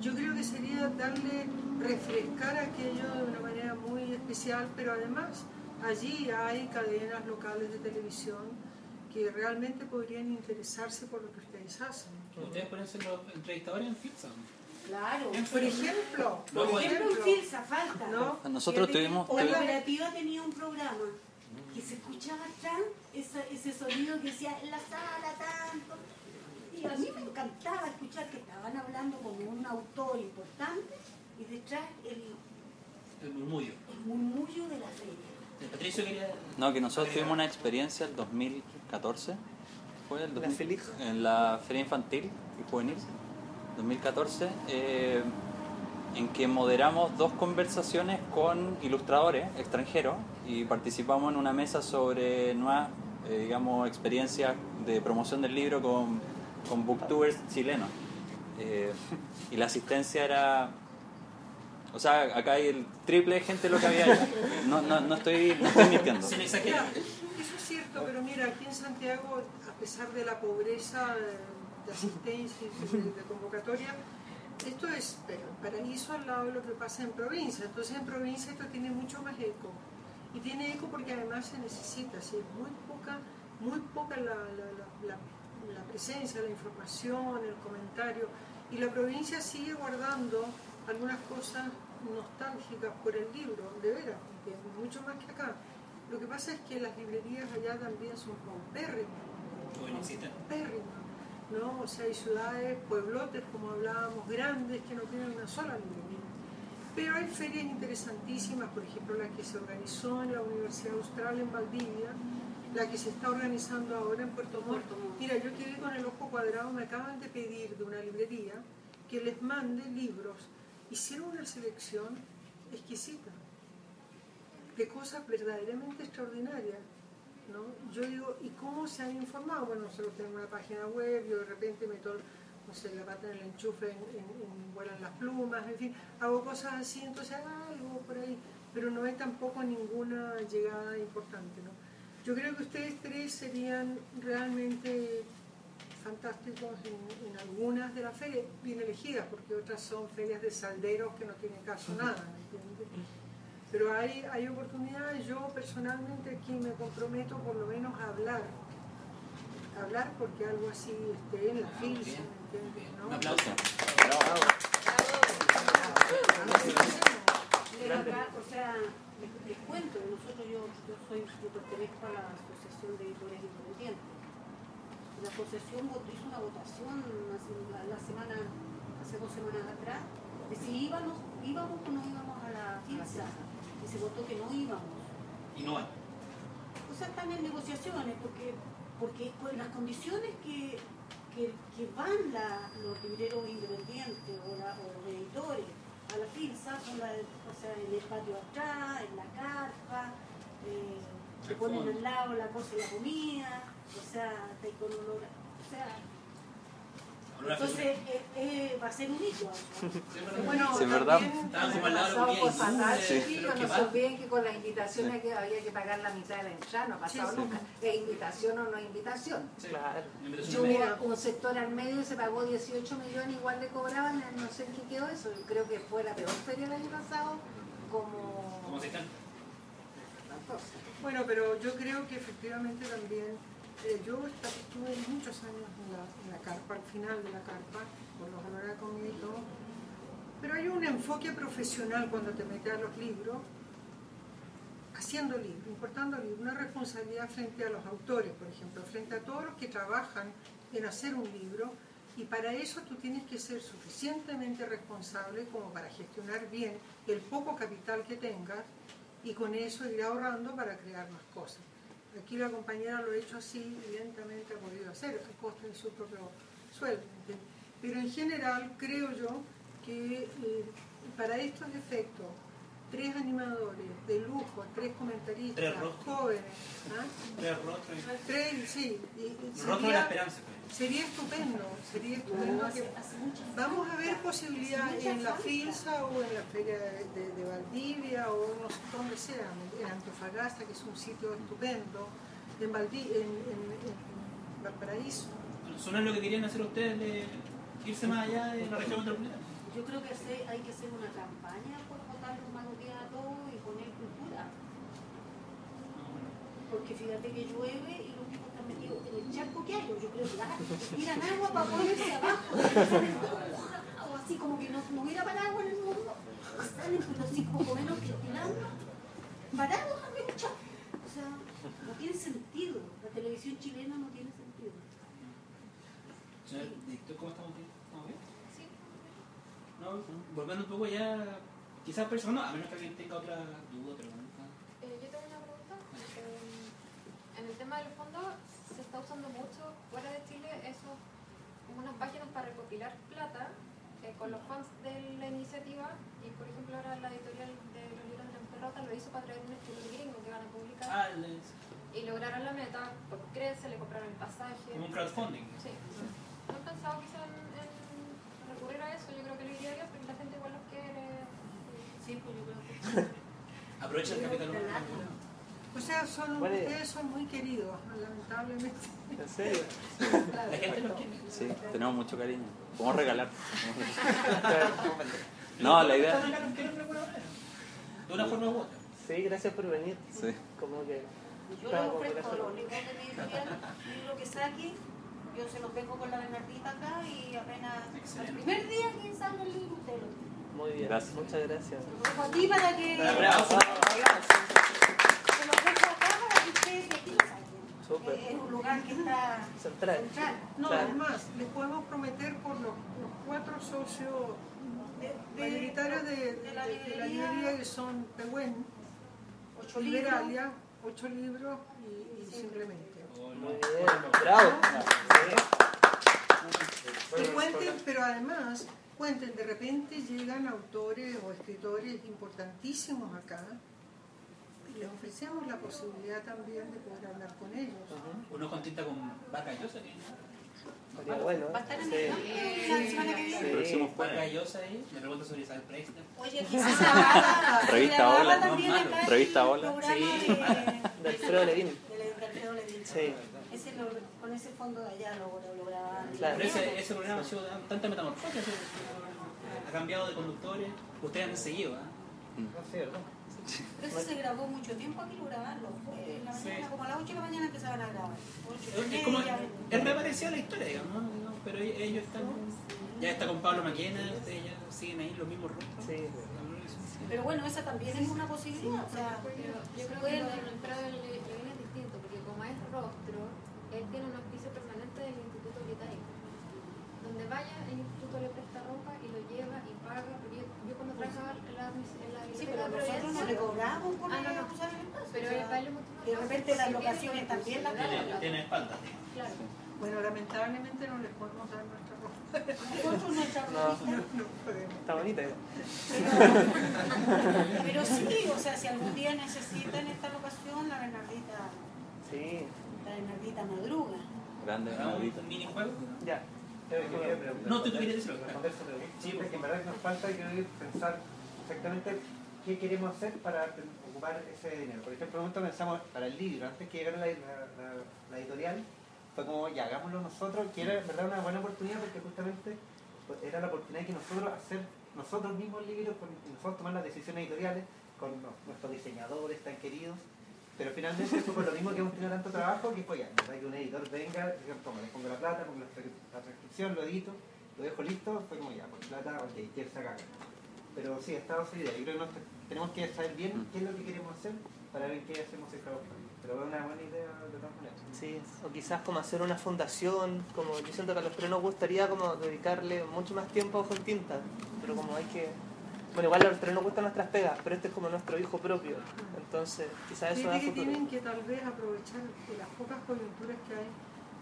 Speaker 10: yo creo que sería darle, refrescar aquello de una manera muy especial, pero además allí hay cadenas locales de televisión que realmente podrían interesarse por lo que ustedes hacen.
Speaker 1: Ustedes pónganse los entrevistadores en pizza.
Speaker 9: Claro.
Speaker 10: Por ejemplo,
Speaker 1: Por
Speaker 9: Por ejemplo, en Filsa falta.
Speaker 10: ¿no?
Speaker 3: Nosotros
Speaker 9: Fíjate que
Speaker 3: tuvimos-
Speaker 9: La
Speaker 3: tuvimos-
Speaker 9: cooperativa tenía un programa que se escuchaba tan, esa- ese sonido que decía en la sala tanto. Y a mí me encantaba escuchar que estaban hablando con un autor importante y detrás el,
Speaker 1: El murmullo.
Speaker 9: el murmullo de la feria.
Speaker 1: El Patricio quería.
Speaker 3: No, que nosotros tuvimos una experiencia el 2014. ¿Fue el
Speaker 2: La
Speaker 3: 2000?
Speaker 2: Felig.
Speaker 3: En la Feria Infantil y Juvenil, 2014, eh, en que moderamos dos conversaciones con ilustradores extranjeros y participamos en una mesa sobre nuevas, eh, digamos, experiencias de promoción del libro con, con booktubers chilenos. Eh, y la asistencia era o sea, acá hay el triple de gente de lo que había allá. No, no, no, estoy, no estoy mintiendo.
Speaker 1: Se le
Speaker 10: Mira,
Speaker 1: exagera.
Speaker 10: eso es cierto, pero mira, aquí en Santiago, a pesar de la pobreza eh, de asistencia y de, de convocatoria, esto es pero, paraíso al lado de lo que pasa en provincia. Entonces en provincia esto tiene mucho más eco. Y tiene eco porque además se necesita, sí, es muy poca, muy poca la, la- la- la- la presencia, la información, el comentario. Y la provincia sigue guardando algunas cosas nostálgicas por el libro, de veras, porque es mucho más que acá. Lo que pasa es que las librerías allá también son paupérrimas,
Speaker 1: O no existen.
Speaker 10: paupérrimas, ¿no? O sea, hay ciudades, pueblotes, como hablábamos, grandes, que no tienen una sola librería. Pero hay ferias interesantísimas, por ejemplo, la que se organizó en la Universidad Austral en Valdivia, la que se está organizando ahora en Puerto Montt. Mira, yo quedé con el ojo cuadrado, me acaban de pedir de una librería que les mande libros. Hicieron una selección exquisita de cosas verdaderamente extraordinarias. ¿no? Yo digo, ¿y cómo se han informado? Bueno, nosotros tenemos una página web, yo de repente meto no sé, la pata en el enchufe, en, en- en- vuelan las plumas, en fin, hago cosas así, entonces algo por ahí, pero no hay tampoco ninguna llegada importante. ¿no? Yo creo que ustedes tres serían realmente fantásticos en, en algunas de las ferias, bien elegidas, porque otras son ferias de salderos que no tienen caso nada, ¿me entiendes? Pero hay, hay oportunidades, yo personalmente aquí me comprometo por lo menos a hablar, a hablar porque algo así esté en la
Speaker 1: muy
Speaker 10: fila,
Speaker 1: bien,
Speaker 10: ¿me entiendes?
Speaker 1: Un
Speaker 10: ¿no?
Speaker 1: aplauso.
Speaker 9: Pero eh, acá, o sea, les, les cuento, nosotros yo, yo soy, yo pertenezco a la Asociación de Editores Independientes. La asociación votó- hizo una votación hace- la, la semana, hace dos semanas atrás, de si íbamos, íbamos o no íbamos a la fiesta. Y se votó que no íbamos.
Speaker 1: Y no hay.
Speaker 9: O sea, están en negociaciones porque, porque con las condiciones que, que, que van la- los libreros independientes o, la- o los editores a la FILSA son las, o sea, en el patio atrás, en la carpa, eh, te
Speaker 1: El
Speaker 9: ponen
Speaker 1: fondo.
Speaker 9: al lado la cosa y la comida, o sea, te con olor a- o sea,
Speaker 1: Olor a
Speaker 9: entonces eh, eh, va a ser un hito.
Speaker 1: (laughs)
Speaker 9: eso.
Speaker 8: Bueno,
Speaker 3: Sí, es verdad.
Speaker 8: también
Speaker 1: Estábamos al lado de la
Speaker 8: pasado por
Speaker 1: comida
Speaker 8: fatal,
Speaker 1: y-
Speaker 3: Sí.
Speaker 8: chicos, no
Speaker 1: pero qué
Speaker 8: se
Speaker 1: mal.
Speaker 8: olviden que con las invitaciones que había que pagar la mitad de la entrada, no ha pasado
Speaker 9: Sí, sí.
Speaker 8: nunca. Es invitación o no invitación.
Speaker 1: Sí.
Speaker 2: Claro.
Speaker 1: Una invitación
Speaker 8: Yo
Speaker 1: media.
Speaker 8: mira, un sector al medio se pagó 18 millones, igual le cobraban, no sé en qué quedó eso. Yo creo que fue la peor feria del año pasado, como...
Speaker 1: Como se están.
Speaker 10: Bueno, pero yo creo que efectivamente también, eh, yo esta- estuve muchos años en la, en la carpa, al final de la carpa, con los olores a comida y todo, pero hay un enfoque profesional cuando te metes a los libros, haciendo libros, importando libros, una responsabilidad frente a los autores, por ejemplo, frente a todos los que trabajan en hacer un libro, y para eso tú tienes que ser suficientemente responsable como para gestionar bien el poco capital que tengas y con eso ir ahorrando para crear más cosas. Aquí la compañera lo ha hecho así, evidentemente ha podido hacer a costa de su propio sueldo. ¿entiendes? Pero en general creo yo que eh, para estos efectos, tres animadores de lujo, tres comentaristas
Speaker 1: Tres rostros.
Speaker 10: jóvenes, ¿ah?
Speaker 1: Tres rostros.
Speaker 10: tres, sí, y- y
Speaker 1: Rostro de la
Speaker 10: sería-
Speaker 1: esperanza.
Speaker 10: Sería estupendo, sería estupendo que...
Speaker 9: Hace muchas
Speaker 10: Vamos a ver posibilidades en la
Speaker 9: falta.
Speaker 10: FILSA o en la Feria de, de- de Valdivia o no sé dónde sea, en Antofagasta, que es un sitio estupendo, en, Valdi- en, en- en Valparaíso.
Speaker 1: Son es lo que querían hacer ustedes de irse más allá de la región metropolitana.
Speaker 9: Yo creo que hace- hay que hacer una campaña por votar los malos días a todos y poner cultura. Porque fíjate que llueve y los tipos están metidos en el charco que hay. Yo creo que ah, tiran agua para ponerse abajo. O así como que no, no hubiera paraguas en el mundo. Salen con los hijos o menos que tirando. Paraguas a mecha. O sea, no tiene sentido. La televisión chilena no tiene sentido.
Speaker 1: Señor director, ¿cómo estamos? bien? ¿Estamos bien?
Speaker 4: Sí.
Speaker 1: No, volviendo un poco ya, quizás persona, a menos que alguien tenga otra duda, pregunta.
Speaker 4: Eh, yo tengo una pregunta. Eh, en el tema del fondo, se está usando mucho fuera de Chile eso, como unas páginas para recopilar plata eh, con los fans de la iniciativa. Y por ejemplo, ahora la editorial de los libros de la Perrota lo hizo para traer un estudio gringo que van a publicar
Speaker 1: Ah, les-
Speaker 4: y lograron la meta. Por crece, le compraron el pasaje.
Speaker 1: como un crowdfunding.
Speaker 4: Sí. No he pensado quizá en, en recurrir a eso. Yo creo que lo iría bien porque la gente igual los quiere.
Speaker 9: Sí, pues yo creo que...
Speaker 1: Aprovecha el capital humano.
Speaker 10: O sea, son,
Speaker 2: Buena idea.
Speaker 10: ustedes son muy queridos, lamentablemente.
Speaker 2: ¿En serio?
Speaker 1: La gente lo quiere.
Speaker 3: Sí, tenemos mucho cariño. Podemos regalar. No, la
Speaker 1: Los
Speaker 3: idea.
Speaker 1: regalos quieren de alguna manera. De una forma u otra.
Speaker 2: Sí, gracias por venir.
Speaker 3: Sí.
Speaker 2: Como que...
Speaker 9: Yo les ofrezco los libros de mi editorial, libro que saque, yo se los dejo con la Bernardita acá y apenas
Speaker 1: Excelente.
Speaker 9: el primer día que salga el libro ustedes
Speaker 2: Muy bien.
Speaker 3: Gracias.
Speaker 2: Muchas gracias.
Speaker 9: los dejo aquí para que se los dejo
Speaker 1: Bravo.
Speaker 9: acá para que ustedes de aquí lo saquen.
Speaker 2: Súper.
Speaker 9: Eh, Es un lugar que está
Speaker 2: Central.
Speaker 9: central.
Speaker 10: No,
Speaker 2: Claro.
Speaker 10: además, les podemos prometer por los, los cuatro socios
Speaker 9: De, de-
Speaker 10: mayoritarios de, de-
Speaker 9: de la
Speaker 10: de- de la
Speaker 9: librería,
Speaker 10: librería que son Pehuen,
Speaker 9: ocho libros.
Speaker 10: Liberalia, ocho libros y, y simplemente.
Speaker 2: Muy bien. Bravo.
Speaker 10: Y cuenten, pero además, cuenten, de repente llegan autores o escritores importantísimos acá y les ofrecemos la posibilidad también de poder hablar con ellos.
Speaker 1: Uno contenta con vaca yosa. ¿eh?
Speaker 2: Sería bueno.
Speaker 9: Va a estar en
Speaker 2: Sí.
Speaker 9: el la semana que viene.
Speaker 3: El próximo
Speaker 1: Vaca
Speaker 3: jueves.
Speaker 1: yosa ahí. Me pregunta sobre Isabel Preisler.
Speaker 10: (laughs)
Speaker 9: Oye, aquí se grababa, se
Speaker 3: Revista
Speaker 9: grababa
Speaker 3: Hola,
Speaker 9: también
Speaker 1: no
Speaker 9: acá
Speaker 1: malo.
Speaker 9: el
Speaker 3: Revista Hola.
Speaker 9: programa
Speaker 1: Sí.
Speaker 9: de-
Speaker 2: De Alfredo Levin.
Speaker 9: del Alfredo Levin.
Speaker 2: Sí.
Speaker 9: Ese lo- con ese fondo de allá lo, lo, lo grababan.
Speaker 2: Claro.
Speaker 1: Pero ese, ese programa ha sido tan- tanta metamorfosis. Ha cambiado de conductores. Ustedes han seguido, ¿ah?
Speaker 5: No sé, ¿verdad?
Speaker 9: Pero ese se grabó mucho tiempo aquí lo grabaron. los jueves en la
Speaker 1: Sí.
Speaker 9: mañana, como a las 8 de la mañana empezaban a grabar. Ocho y
Speaker 1: Es, es como,
Speaker 9: media.
Speaker 1: es reparecida la historia, digamos, ¿no? Digamos, pero ellos ellos están, ya está con Pablo Maquena, ustedes ya siguen ahí los mismos rostros.
Speaker 2: Sí.
Speaker 9: Pero bueno, esa también es una posibilidad. O sea,
Speaker 4: Pero yo creo que el de Alfredo Levin es distinto, porque como es rostro, él tiene un auspicio permanente del Instituto Británico. Donde vaya, el instituto le presta ropa y lo lleva y paga, pero ellos varios motivos.
Speaker 9: De repente las locaciones también las
Speaker 4: Tiene-
Speaker 9: cambian.
Speaker 1: Tiene espalda.
Speaker 4: Claro.
Speaker 10: Bueno, lamentablemente no les podemos dar nuestra ropa.
Speaker 9: Nosotros nuestra
Speaker 2: No.
Speaker 9: revista
Speaker 10: No podemos.
Speaker 2: Está bonita igual.
Speaker 9: Pero, (laughs) pero sí, o sea, si algún día necesitan esta locación, la Bernardita,
Speaker 2: Sí,
Speaker 9: la Bernardita madruga.
Speaker 3: Grande,
Speaker 1: ¿Un
Speaker 3: Bernardita.
Speaker 1: minijuego?
Speaker 2: ya.
Speaker 1: No, tú querías decirlo.
Speaker 5: Responder su pregunta. Sí, porque en verdad nos falta creo que pensar exactamente qué queremos hacer para ocupar ese dinero. Por ejemplo, nosotros pensamos para el libro, antes que llegara la, la- la- la editorial, fue como, ya hagámoslo nosotros, que era en verdad una buena oportunidad porque justamente pues, era la oportunidad que nosotros hacer nosotros mismos libros, con, nosotros tomar las decisiones editoriales con no- nuestros diseñadores tan queridos. Pero finalmente eso fue lo mismo que hemos tenido tanto trabajo que fue ya, en verdad que un editor venga, diga, toma, le pongo la plata, pongo la, tra- la transcripción, lo edito, lo dejo listo, fue como ya, por plata, ok, quiero sacar. Pero sí, ha estado esa idea. Yo creo que nos- tenemos que saber bien qué es lo que queremos hacer para ver qué hacemos el trabajo. Pero es una buena idea de todas maneras.
Speaker 2: Sí, o quizás como hacer una fundación, como yo siento que a los tres nos gustaría como dedicarle mucho más tiempo a Ojo en Tinta, pero como hay que... Bueno, igual a los tres nos gustan nuestras pegas, pero este es como nuestro hijo propio, entonces quizás eso da
Speaker 10: Fíjate que
Speaker 2: futuro.
Speaker 10: tienen que tal vez aprovechar de las pocas coyunturas que hay.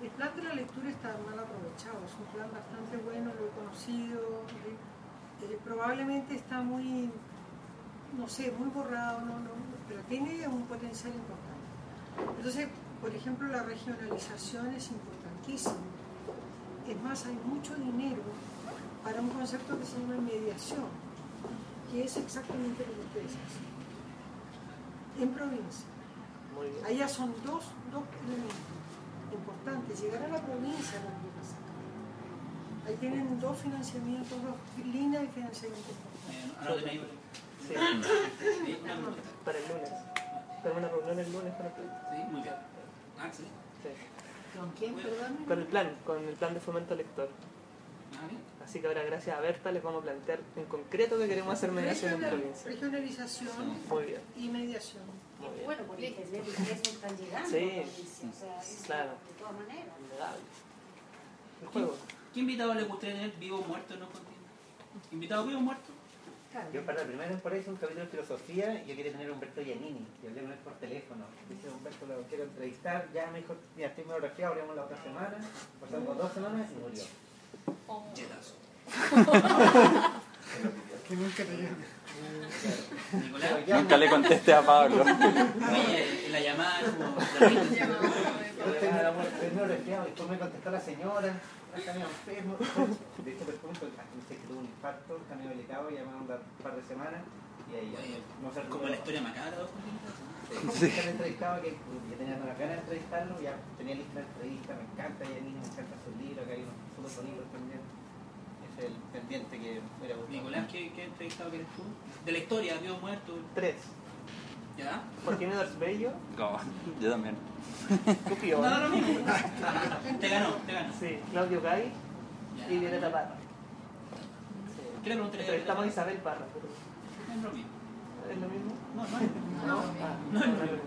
Speaker 10: El plan de la lectura está mal aprovechado, es un plan bastante bueno, lo he conocido. ¿sí? Eh, probablemente está muy, no sé, muy borrado, no, no, pero tiene un potencial importante. Entonces, por ejemplo, la regionalización es importantísima. Es más, hay mucho dinero para un concepto que se llama mediación, que es exactamente lo que ustedes hacen, en provincia.
Speaker 2: Muy bien.
Speaker 10: Allá son dos, dos elementos importantes. Llegar a la provincia para que pasa. Ahí tienen dos financiamientos, dos líneas de financiamiento.
Speaker 1: Eh, no, no, de ahí.
Speaker 2: Sí,
Speaker 1: Sí, una pregunta.
Speaker 2: para el lunes. Tenemos una reunión el lunes con el plan.
Speaker 1: Sí, muy bien. Ah, sí.
Speaker 2: Sí.
Speaker 8: ¿Con quién, perdón?
Speaker 2: Con el plan, con el plan de fomento lector.
Speaker 1: Ah, bien.
Speaker 2: Así que ahora gracias a Berta les vamos a plantear en concreto que queremos hacer mediación en
Speaker 10: Regional-
Speaker 2: provincia.
Speaker 10: regionalización
Speaker 2: Muy bien,
Speaker 10: y mediación.
Speaker 2: muy bien.
Speaker 9: Bueno, por internet y eso están llegando.
Speaker 2: Sí,
Speaker 9: como dice, o sea, eso
Speaker 2: claro.
Speaker 9: De todas maneras.
Speaker 2: Innegable. El juego.
Speaker 1: ¿Qué invitado le gustaría tener vivo o muerto? No contigo? ¿Invitado vivo o muerto?
Speaker 5: Yo para la primera temporada hice un capítulo de filosofía y yo quería tener a Humberto Giannini. Y hablé con él por teléfono. Dice, Humberto, lo quiero entrevistar. Ya me dijo, mira, estoy medio resfriado, hablamos la otra semana. Pasaron como dos semanas y murió.
Speaker 1: Chetazo.
Speaker 5: Que nunca te
Speaker 1: Nicolás.
Speaker 3: (laughs) Nunca le contesté a Pablo.
Speaker 1: Oye, la llamada es como. terrible.
Speaker 5: Yo tenía la muerte, tenía resfriado, después me contestó la señora, está medio enfermo. De hecho, después me contestó, me dice que tuvo un infarto, está medio delicado, ya me un par de semanas y ahí
Speaker 1: Oye,
Speaker 5: ya. no se
Speaker 1: Como la
Speaker 5: recuperó.
Speaker 1: historia macabra de Ojo Tinta.
Speaker 5: Sí. Yo entrevistaba que yo tenía la ganas de entrevistarlo, ya tenía lista de entrevista, me encanta, ya niño me encanta su libro, que hay unos fotos bonitos también. Es el pendiente que me hubiera gustado.
Speaker 1: Nicolás, ¿qué, qué entrevistado eres tú? De la historia, vivo o muerto.
Speaker 2: Tres.
Speaker 1: ¿Ya?
Speaker 2: Joaquín Edwards Bello,
Speaker 3: (laughs) No, yo también.
Speaker 2: Cupio.
Speaker 1: No, no, mismo. Te ganó, te ganó.
Speaker 2: Sí, Claudio Gay
Speaker 1: Ya.
Speaker 2: y Violeta Parra.
Speaker 1: ¿Qué le preguntaría a Violeta?
Speaker 2: Entrevistamos a Isabel Parra. pero-
Speaker 1: Es lo mismo.
Speaker 2: ¿Es lo mismo?
Speaker 1: No, no es.
Speaker 2: No. Ah, no, no, no.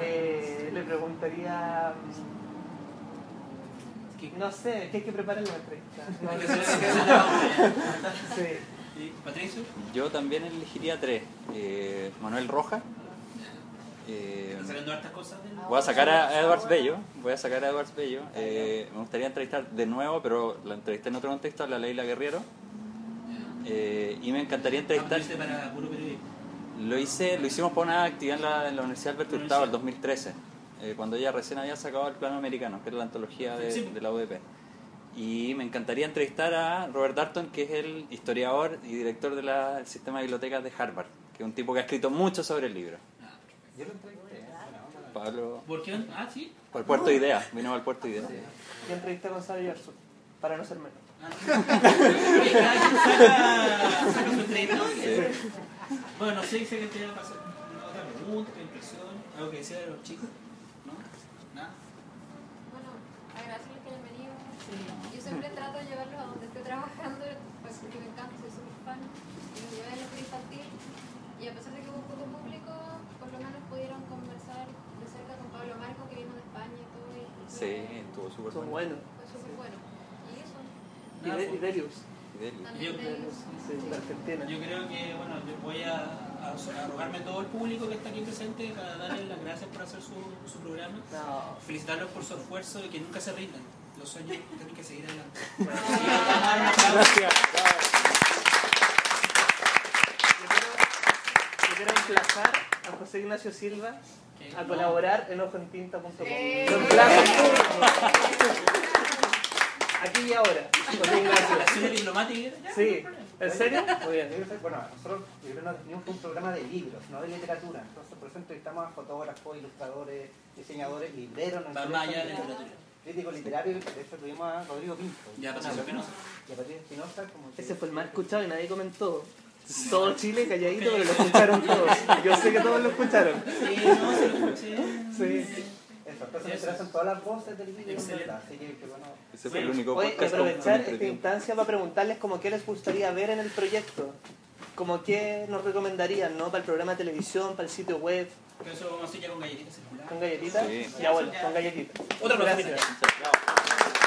Speaker 2: Eh, le preguntaría. mm,
Speaker 1: ¿Qué?
Speaker 2: No sé, que hay que preparar
Speaker 1: (laughs)
Speaker 2: la entrevista. No,
Speaker 1: Hay que
Speaker 2: no sé.
Speaker 1: hacer- hay que hacer la obra.
Speaker 2: Sí.
Speaker 1: ¿Y Patricio.
Speaker 3: Yo también elegiría tres. Eh, Manuel Roja. eh,
Speaker 1: Están sacando hartas cosas del.
Speaker 3: voy a sacar a Edwards Bello. Voy a sacar a Edwards Bello. Eh, me gustaría entrevistar de nuevo, pero la entrevisté en otro contexto, a la Leila Guerriero. Eh, y me encantaría entrevistar.
Speaker 1: Aparte para puro periodista.
Speaker 3: Lo hice, lo hicimos por una actividad en la, en la Universidad Alberto Hurtado, el 2013, eh, cuando ella recién había sacado el plano americano, que era la antología de,
Speaker 1: Sí.
Speaker 3: de la UDP. Y me encantaría entrevistar a Robert Darton, que es el historiador y director del sistema de bibliotecas de Harvard, que es un tipo que ha escrito mucho sobre el libro.
Speaker 5: Yo lo entrevisté, ¿eh? Bueno, vamos a ver.
Speaker 3: Pablo,
Speaker 1: ¿Por qué? no? Ah, sí.
Speaker 3: por Puerto Idea, vino al Puerto Idea.
Speaker 2: Yo entrevisté a Gonzalo Yarzu, para no ser menos.
Speaker 1: Ah, sí. Oye, cada quien saca- saca su entrenador. Bueno, no sé sé qué te iba a pasar. Una otra pregunta, otra impresión, algo que decía de los chicos. ¿No? Nada.
Speaker 4: Bueno, agradecerles que hayan venido. Yo siempre trato de llevarlos a donde estoy trabajando, pues, porque me encanta, soy súper fan. Y los llevé a la escuela infantil. Y a pesar de que hubo poco público, por lo menos pudieron conversar de cerca con Pablo Marco, que vino de España y todo. Y fue-
Speaker 3: Sí, estuvo súper
Speaker 2: Son
Speaker 3: Pues bueno.
Speaker 2: buenos.
Speaker 4: Fue súper bueno. Y eso,
Speaker 2: Y,
Speaker 1: Nada,
Speaker 2: de,
Speaker 1: pues.
Speaker 2: y Delius.
Speaker 3: Fidelio.
Speaker 4: también
Speaker 1: Yo-
Speaker 4: de ellos.
Speaker 2: Sí, de Argentina.
Speaker 1: Yo creo que, bueno, yo voy a, a a, a rogarme a todo el público que está aquí presente para darles las gracias por hacer su, su programa. Felicitarlos por su esfuerzo y que nunca se rindan. Los sueños tienen que seguir
Speaker 2: (laughs)
Speaker 1: adelante.
Speaker 2: Gracias. Yo quiero, yo quiero emplazar a José Ignacio Silva a colaborar en ojoentinta.com. Lo emplazo al público. Aquí y ahora. José Ignacio.
Speaker 1: Relaciones diplomáticas.
Speaker 2: Sí. ¿En serio?
Speaker 5: Muy bien. Yo creo- Bueno, nosotros primero nos definimos como un programa de libros, no de literatura. Entonces, por eso entrevistamos a fotógrafos, ilustradores, diseñadores, libreros.
Speaker 1: Va
Speaker 5: nos
Speaker 1: más allá de
Speaker 5: entrevistan
Speaker 1: literatura.
Speaker 5: Crítico literario, de hecho tuvimos a Rodrigo Pinto.
Speaker 1: Y a Patricio Espinosa.
Speaker 5: Y a Patricio Espinosa, como que-
Speaker 2: Ese fue el más escuchado y nadie comentó. Todo Chile calladito, pero lo escucharon todos. Yo sé que todos lo escucharon.
Speaker 1: Sí, no, se lo escuché.
Speaker 2: Sí.
Speaker 5: Eso, entonces me interesan todas las voces del libro. Así que, que bueno.
Speaker 3: Ese fue el único
Speaker 2: Oye, y
Speaker 3: podcast con- con
Speaker 2: aprovechar
Speaker 5: este
Speaker 2: esta
Speaker 3: entrevista.
Speaker 2: instancia para preguntarles como qué les gustaría ver en el proyecto. Como qué nos recomendarían, ¿no? Para el programa de televisión, para el sitio web,
Speaker 1: Pero eso vamos a hacer ya con galletitas circulares.
Speaker 2: con galletitas.
Speaker 3: Sí.
Speaker 2: Ya bueno, con galletitas.
Speaker 1: Otra cosa.
Speaker 2: Gracias.
Speaker 3: Chao.